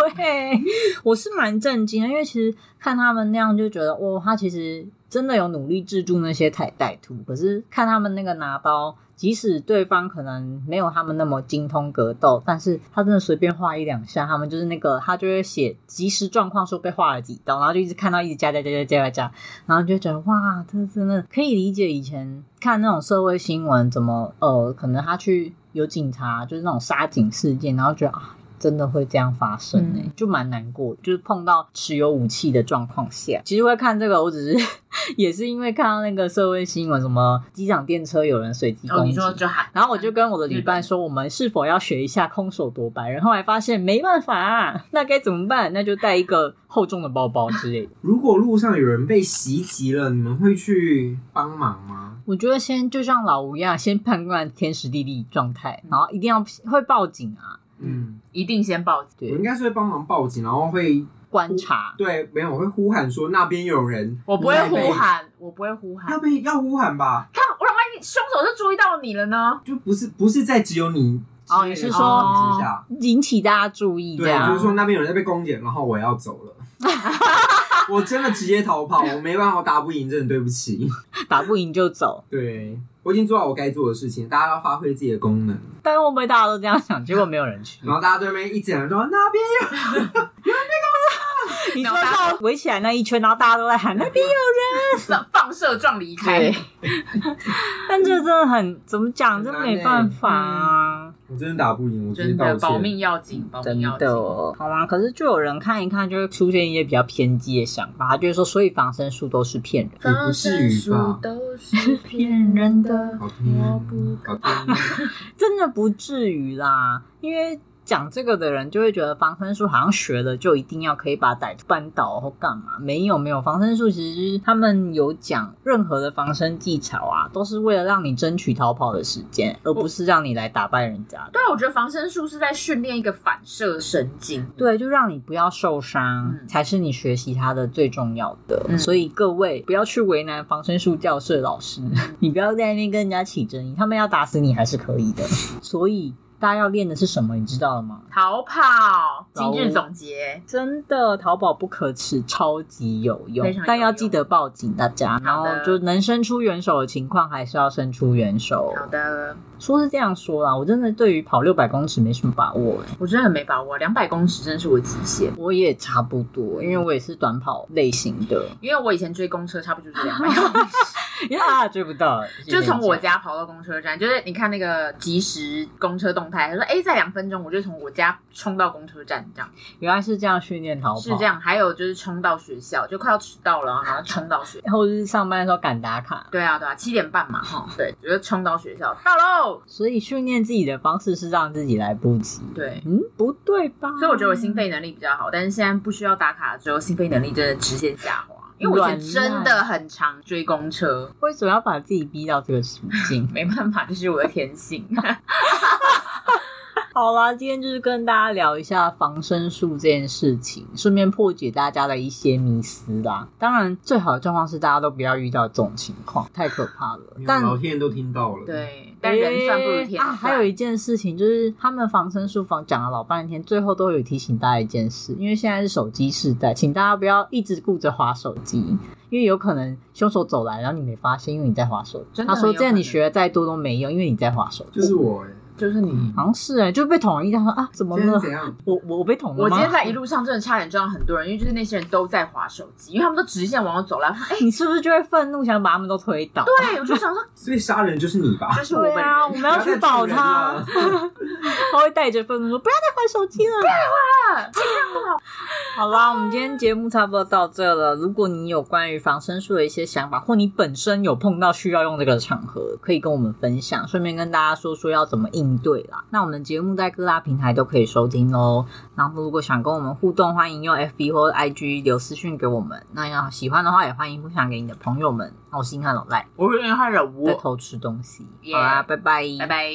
Speaker 1: 我是蛮震惊的，因为其实看他们那样就觉得，哇，他其实真的有努力制住那些歹歹徒。可是看他们那个拿刀，即使对方可能没有他们那么精通格斗，但是他真的随便划一两下，他们就是那个他就会写即时状况说被划了几刀，然后就一直看到一直加加加加加加加，然后就觉得哇，这真的可以理解以前看那种社会新闻，怎么呃，可能他去有警察就是那种杀警事件，然后觉得啊，真的会这样发生呢、
Speaker 2: 嗯
Speaker 1: 就蛮难过，就是碰到持有武器的状况下，其实会看这个，我只是 <laughs> 也是因为看到那个社会新闻，什么机场电车有人随机
Speaker 2: 然后
Speaker 1: 攻
Speaker 2: 哦你
Speaker 1: 击。
Speaker 2: 说就喊，
Speaker 1: 然后我就跟我的旅伴说，我们是否要学一下空手夺白刃？后来发现没办法、啊，那该怎么办？那就带一个厚重的包包之类的。
Speaker 3: 如果路上有人被袭击了，你们会去帮忙吗？
Speaker 1: 我觉得先就像老吴一样，先判断天时地利状态，然后一定要会报警啊，
Speaker 3: 嗯，
Speaker 2: 一定先报警。
Speaker 3: 我
Speaker 1: 对
Speaker 3: 应该是会帮忙报警，然后会
Speaker 1: 观察。
Speaker 3: 对，没有，我会呼喊说那边有人，
Speaker 2: 我不会
Speaker 3: 那边
Speaker 2: 呼，喊，我不会呼喊
Speaker 3: 那。边要呼喊吧，
Speaker 2: 看，我万一凶手就注意到你了呢？
Speaker 3: 就不是不是在只有你
Speaker 1: 哦你是
Speaker 3: 之类的状况
Speaker 2: 哦
Speaker 3: 之下，
Speaker 1: 引起大家注意，这
Speaker 3: 对，就
Speaker 1: 样
Speaker 3: 是说那边有人在被攻击，然后我要走
Speaker 2: <laughs>
Speaker 3: 了。我真的直接逃跑，我没办法，我打不赢，真的对不起。
Speaker 1: 打不赢就走。
Speaker 3: 对我已经做好我该做的事情，大家要发挥自己的功能。
Speaker 1: 但会不会大家都这样想？结果没有人
Speaker 3: <laughs>
Speaker 1: 去。
Speaker 3: 然后大家对面一起来说那边有
Speaker 1: 你说到围起来那一圈，然后大家都在喊那
Speaker 3: <laughs>
Speaker 1: 边有
Speaker 2: 放射状离开
Speaker 1: 人，，但这真的很怎么讲？
Speaker 3: 很
Speaker 1: 真
Speaker 3: 难欸
Speaker 1: 没办法啊。
Speaker 3: 我真的打不赢，我直接
Speaker 2: 真
Speaker 3: 道
Speaker 2: 的
Speaker 3: 歉。
Speaker 2: 保命要紧，
Speaker 3: 嗯
Speaker 2: 保
Speaker 1: 真
Speaker 2: 命要
Speaker 1: 的哦
Speaker 2: 紧。
Speaker 1: 好吗？可是就有人看一看，就会出现一些比较偏激的想法，他就会说，所以防身术都是骗人的。
Speaker 3: 也不至于吧？
Speaker 2: 都是
Speaker 1: 骗人的
Speaker 3: 好听，好听。
Speaker 1: 真的不至于啦，因为讲这个的人就会觉得防身术好像学了就一定要可以把歹徒扳倒或干嘛？没有没有，防身术其实就是他们有讲任何的防身技巧啊，都是为了让你争取逃跑的时间，而不是让你来打败人家的。
Speaker 2: <laughs> 对啊，我觉得防身术是在训练一个反射神经。
Speaker 1: 对，就让你不要受伤，
Speaker 2: 嗯
Speaker 1: 才是你学习它的最重要的。
Speaker 2: 嗯
Speaker 1: 所以各位不要去为难防身术教室老师，
Speaker 2: 嗯
Speaker 1: 你不要在那边跟人家起争议，他们要打死你还是可以的。所以大家要练的是什么，你知道了吗？
Speaker 2: 逃跑，今
Speaker 1: 老
Speaker 2: 日
Speaker 1: 吴
Speaker 2: 总结。
Speaker 1: 真的，淘宝不可耻，超级有用
Speaker 2: 非常有用，
Speaker 1: 但要记得报警，大家。然
Speaker 2: 好
Speaker 1: 后
Speaker 2: 的
Speaker 1: 就能伸出援手的情况，还是要伸出援手。
Speaker 2: 好的，
Speaker 1: 说是这样说啦，我真的对于跑六百公尺没什么把握、欸，
Speaker 2: 我真的很没把握，两百公尺真的是我的极限。
Speaker 1: 我也差不多，因为我也是短跑类型
Speaker 2: <laughs>
Speaker 1: 的，
Speaker 2: 因为我以前追公车，差不多就是两百
Speaker 1: <laughs>
Speaker 2: 公尺，
Speaker 1: 呀，追不到，
Speaker 2: 就从我家跑到公车站。就是你看那个即时公车动态，他说：“哎，在两分钟，我就从我家冲到公车站，这样
Speaker 1: 原来是这样训练逃跑，
Speaker 2: 是这，样。”还有就是冲到学校，就快要迟到了，然后冲到学校。
Speaker 1: 然后就是上班的时候赶打卡，
Speaker 2: 对啊，对啊，七点半嘛，哈，对，就是冲到学校，到喽。
Speaker 1: 所以训练自己的方式是让自己来不及。
Speaker 2: 对，
Speaker 1: 嗯，不对吧？
Speaker 2: 所以我觉得我
Speaker 1: 嗯
Speaker 2: 心肺能力比较好，但是现在不需要打卡之后，心肺能力真的直线下滑。因为我以前真的很常追公车，
Speaker 1: 为什么要把自己逼到这个处境？
Speaker 2: 没办法，这是我的天
Speaker 1: <laughs>
Speaker 2: 性。
Speaker 1: 好啦，今天就是跟大家聊一下防身术这件事情，顺便破解大家的一些迷思啦。当然，最好的状况是大家都不要遇到这种情况，太可怕了
Speaker 3: 没。有
Speaker 1: 但
Speaker 3: 老天爷都听到了。，
Speaker 2: 对，但人算不如天
Speaker 1: 欸啊！
Speaker 2: 算。
Speaker 1: 还有一件事情就是，他们防身术房讲了老半天，最后都有提醒大家一件事，因为现在是手机时代，请大家不要一直顾着划手机，因为有可能凶手走来，然后你没发现，因为你在划手机。
Speaker 2: 真的
Speaker 1: 他
Speaker 2: 很
Speaker 1: 说
Speaker 2: 有
Speaker 1: 这样你
Speaker 2: 可能
Speaker 1: 学的再多都没用，因为你在划手机。
Speaker 3: 就是我哎、
Speaker 2: 就是你，
Speaker 1: 好像是哎、就被捅了一下，说啊，怎么
Speaker 3: 今天
Speaker 1: 了
Speaker 3: 是？怎样？
Speaker 1: 我我我被捅了
Speaker 2: 我今天
Speaker 1: 吗
Speaker 2: 在一路上真的差点撞到很多人，因为就是那些人都在划手机，因为他们都直线往我走来。哎、
Speaker 1: 你是不是就会愤怒，想把他们都推倒？对
Speaker 2: 对，我就想说，
Speaker 3: 所以杀人就是你吧？
Speaker 2: 这是我本人。
Speaker 1: 啊，我们要去保
Speaker 3: 不要
Speaker 1: 他
Speaker 3: 再，
Speaker 1: 他会带着愤怒说：“不要再玩手机了，不要玩，尽量好。”好啦，我们今天节目差不多到这了。如果你有关于防身术的一些想法，或你本身有碰到需要用这个场合，可以跟我们分享，顺便跟大家说说要怎么应对啦。那我们节目在各大平台都可以收听喽。然后如果想跟我们互动，欢迎用 FB 或 IG 留私讯给我们。那要喜欢的话，也欢迎分享给你哦的朋友们。那我是硬汉老赖，
Speaker 2: 我是因为他惹
Speaker 1: 在
Speaker 2: 我，
Speaker 1: 偷吃东西。
Speaker 2: Yeah
Speaker 1: 好啦，拜拜，
Speaker 2: 拜。拜。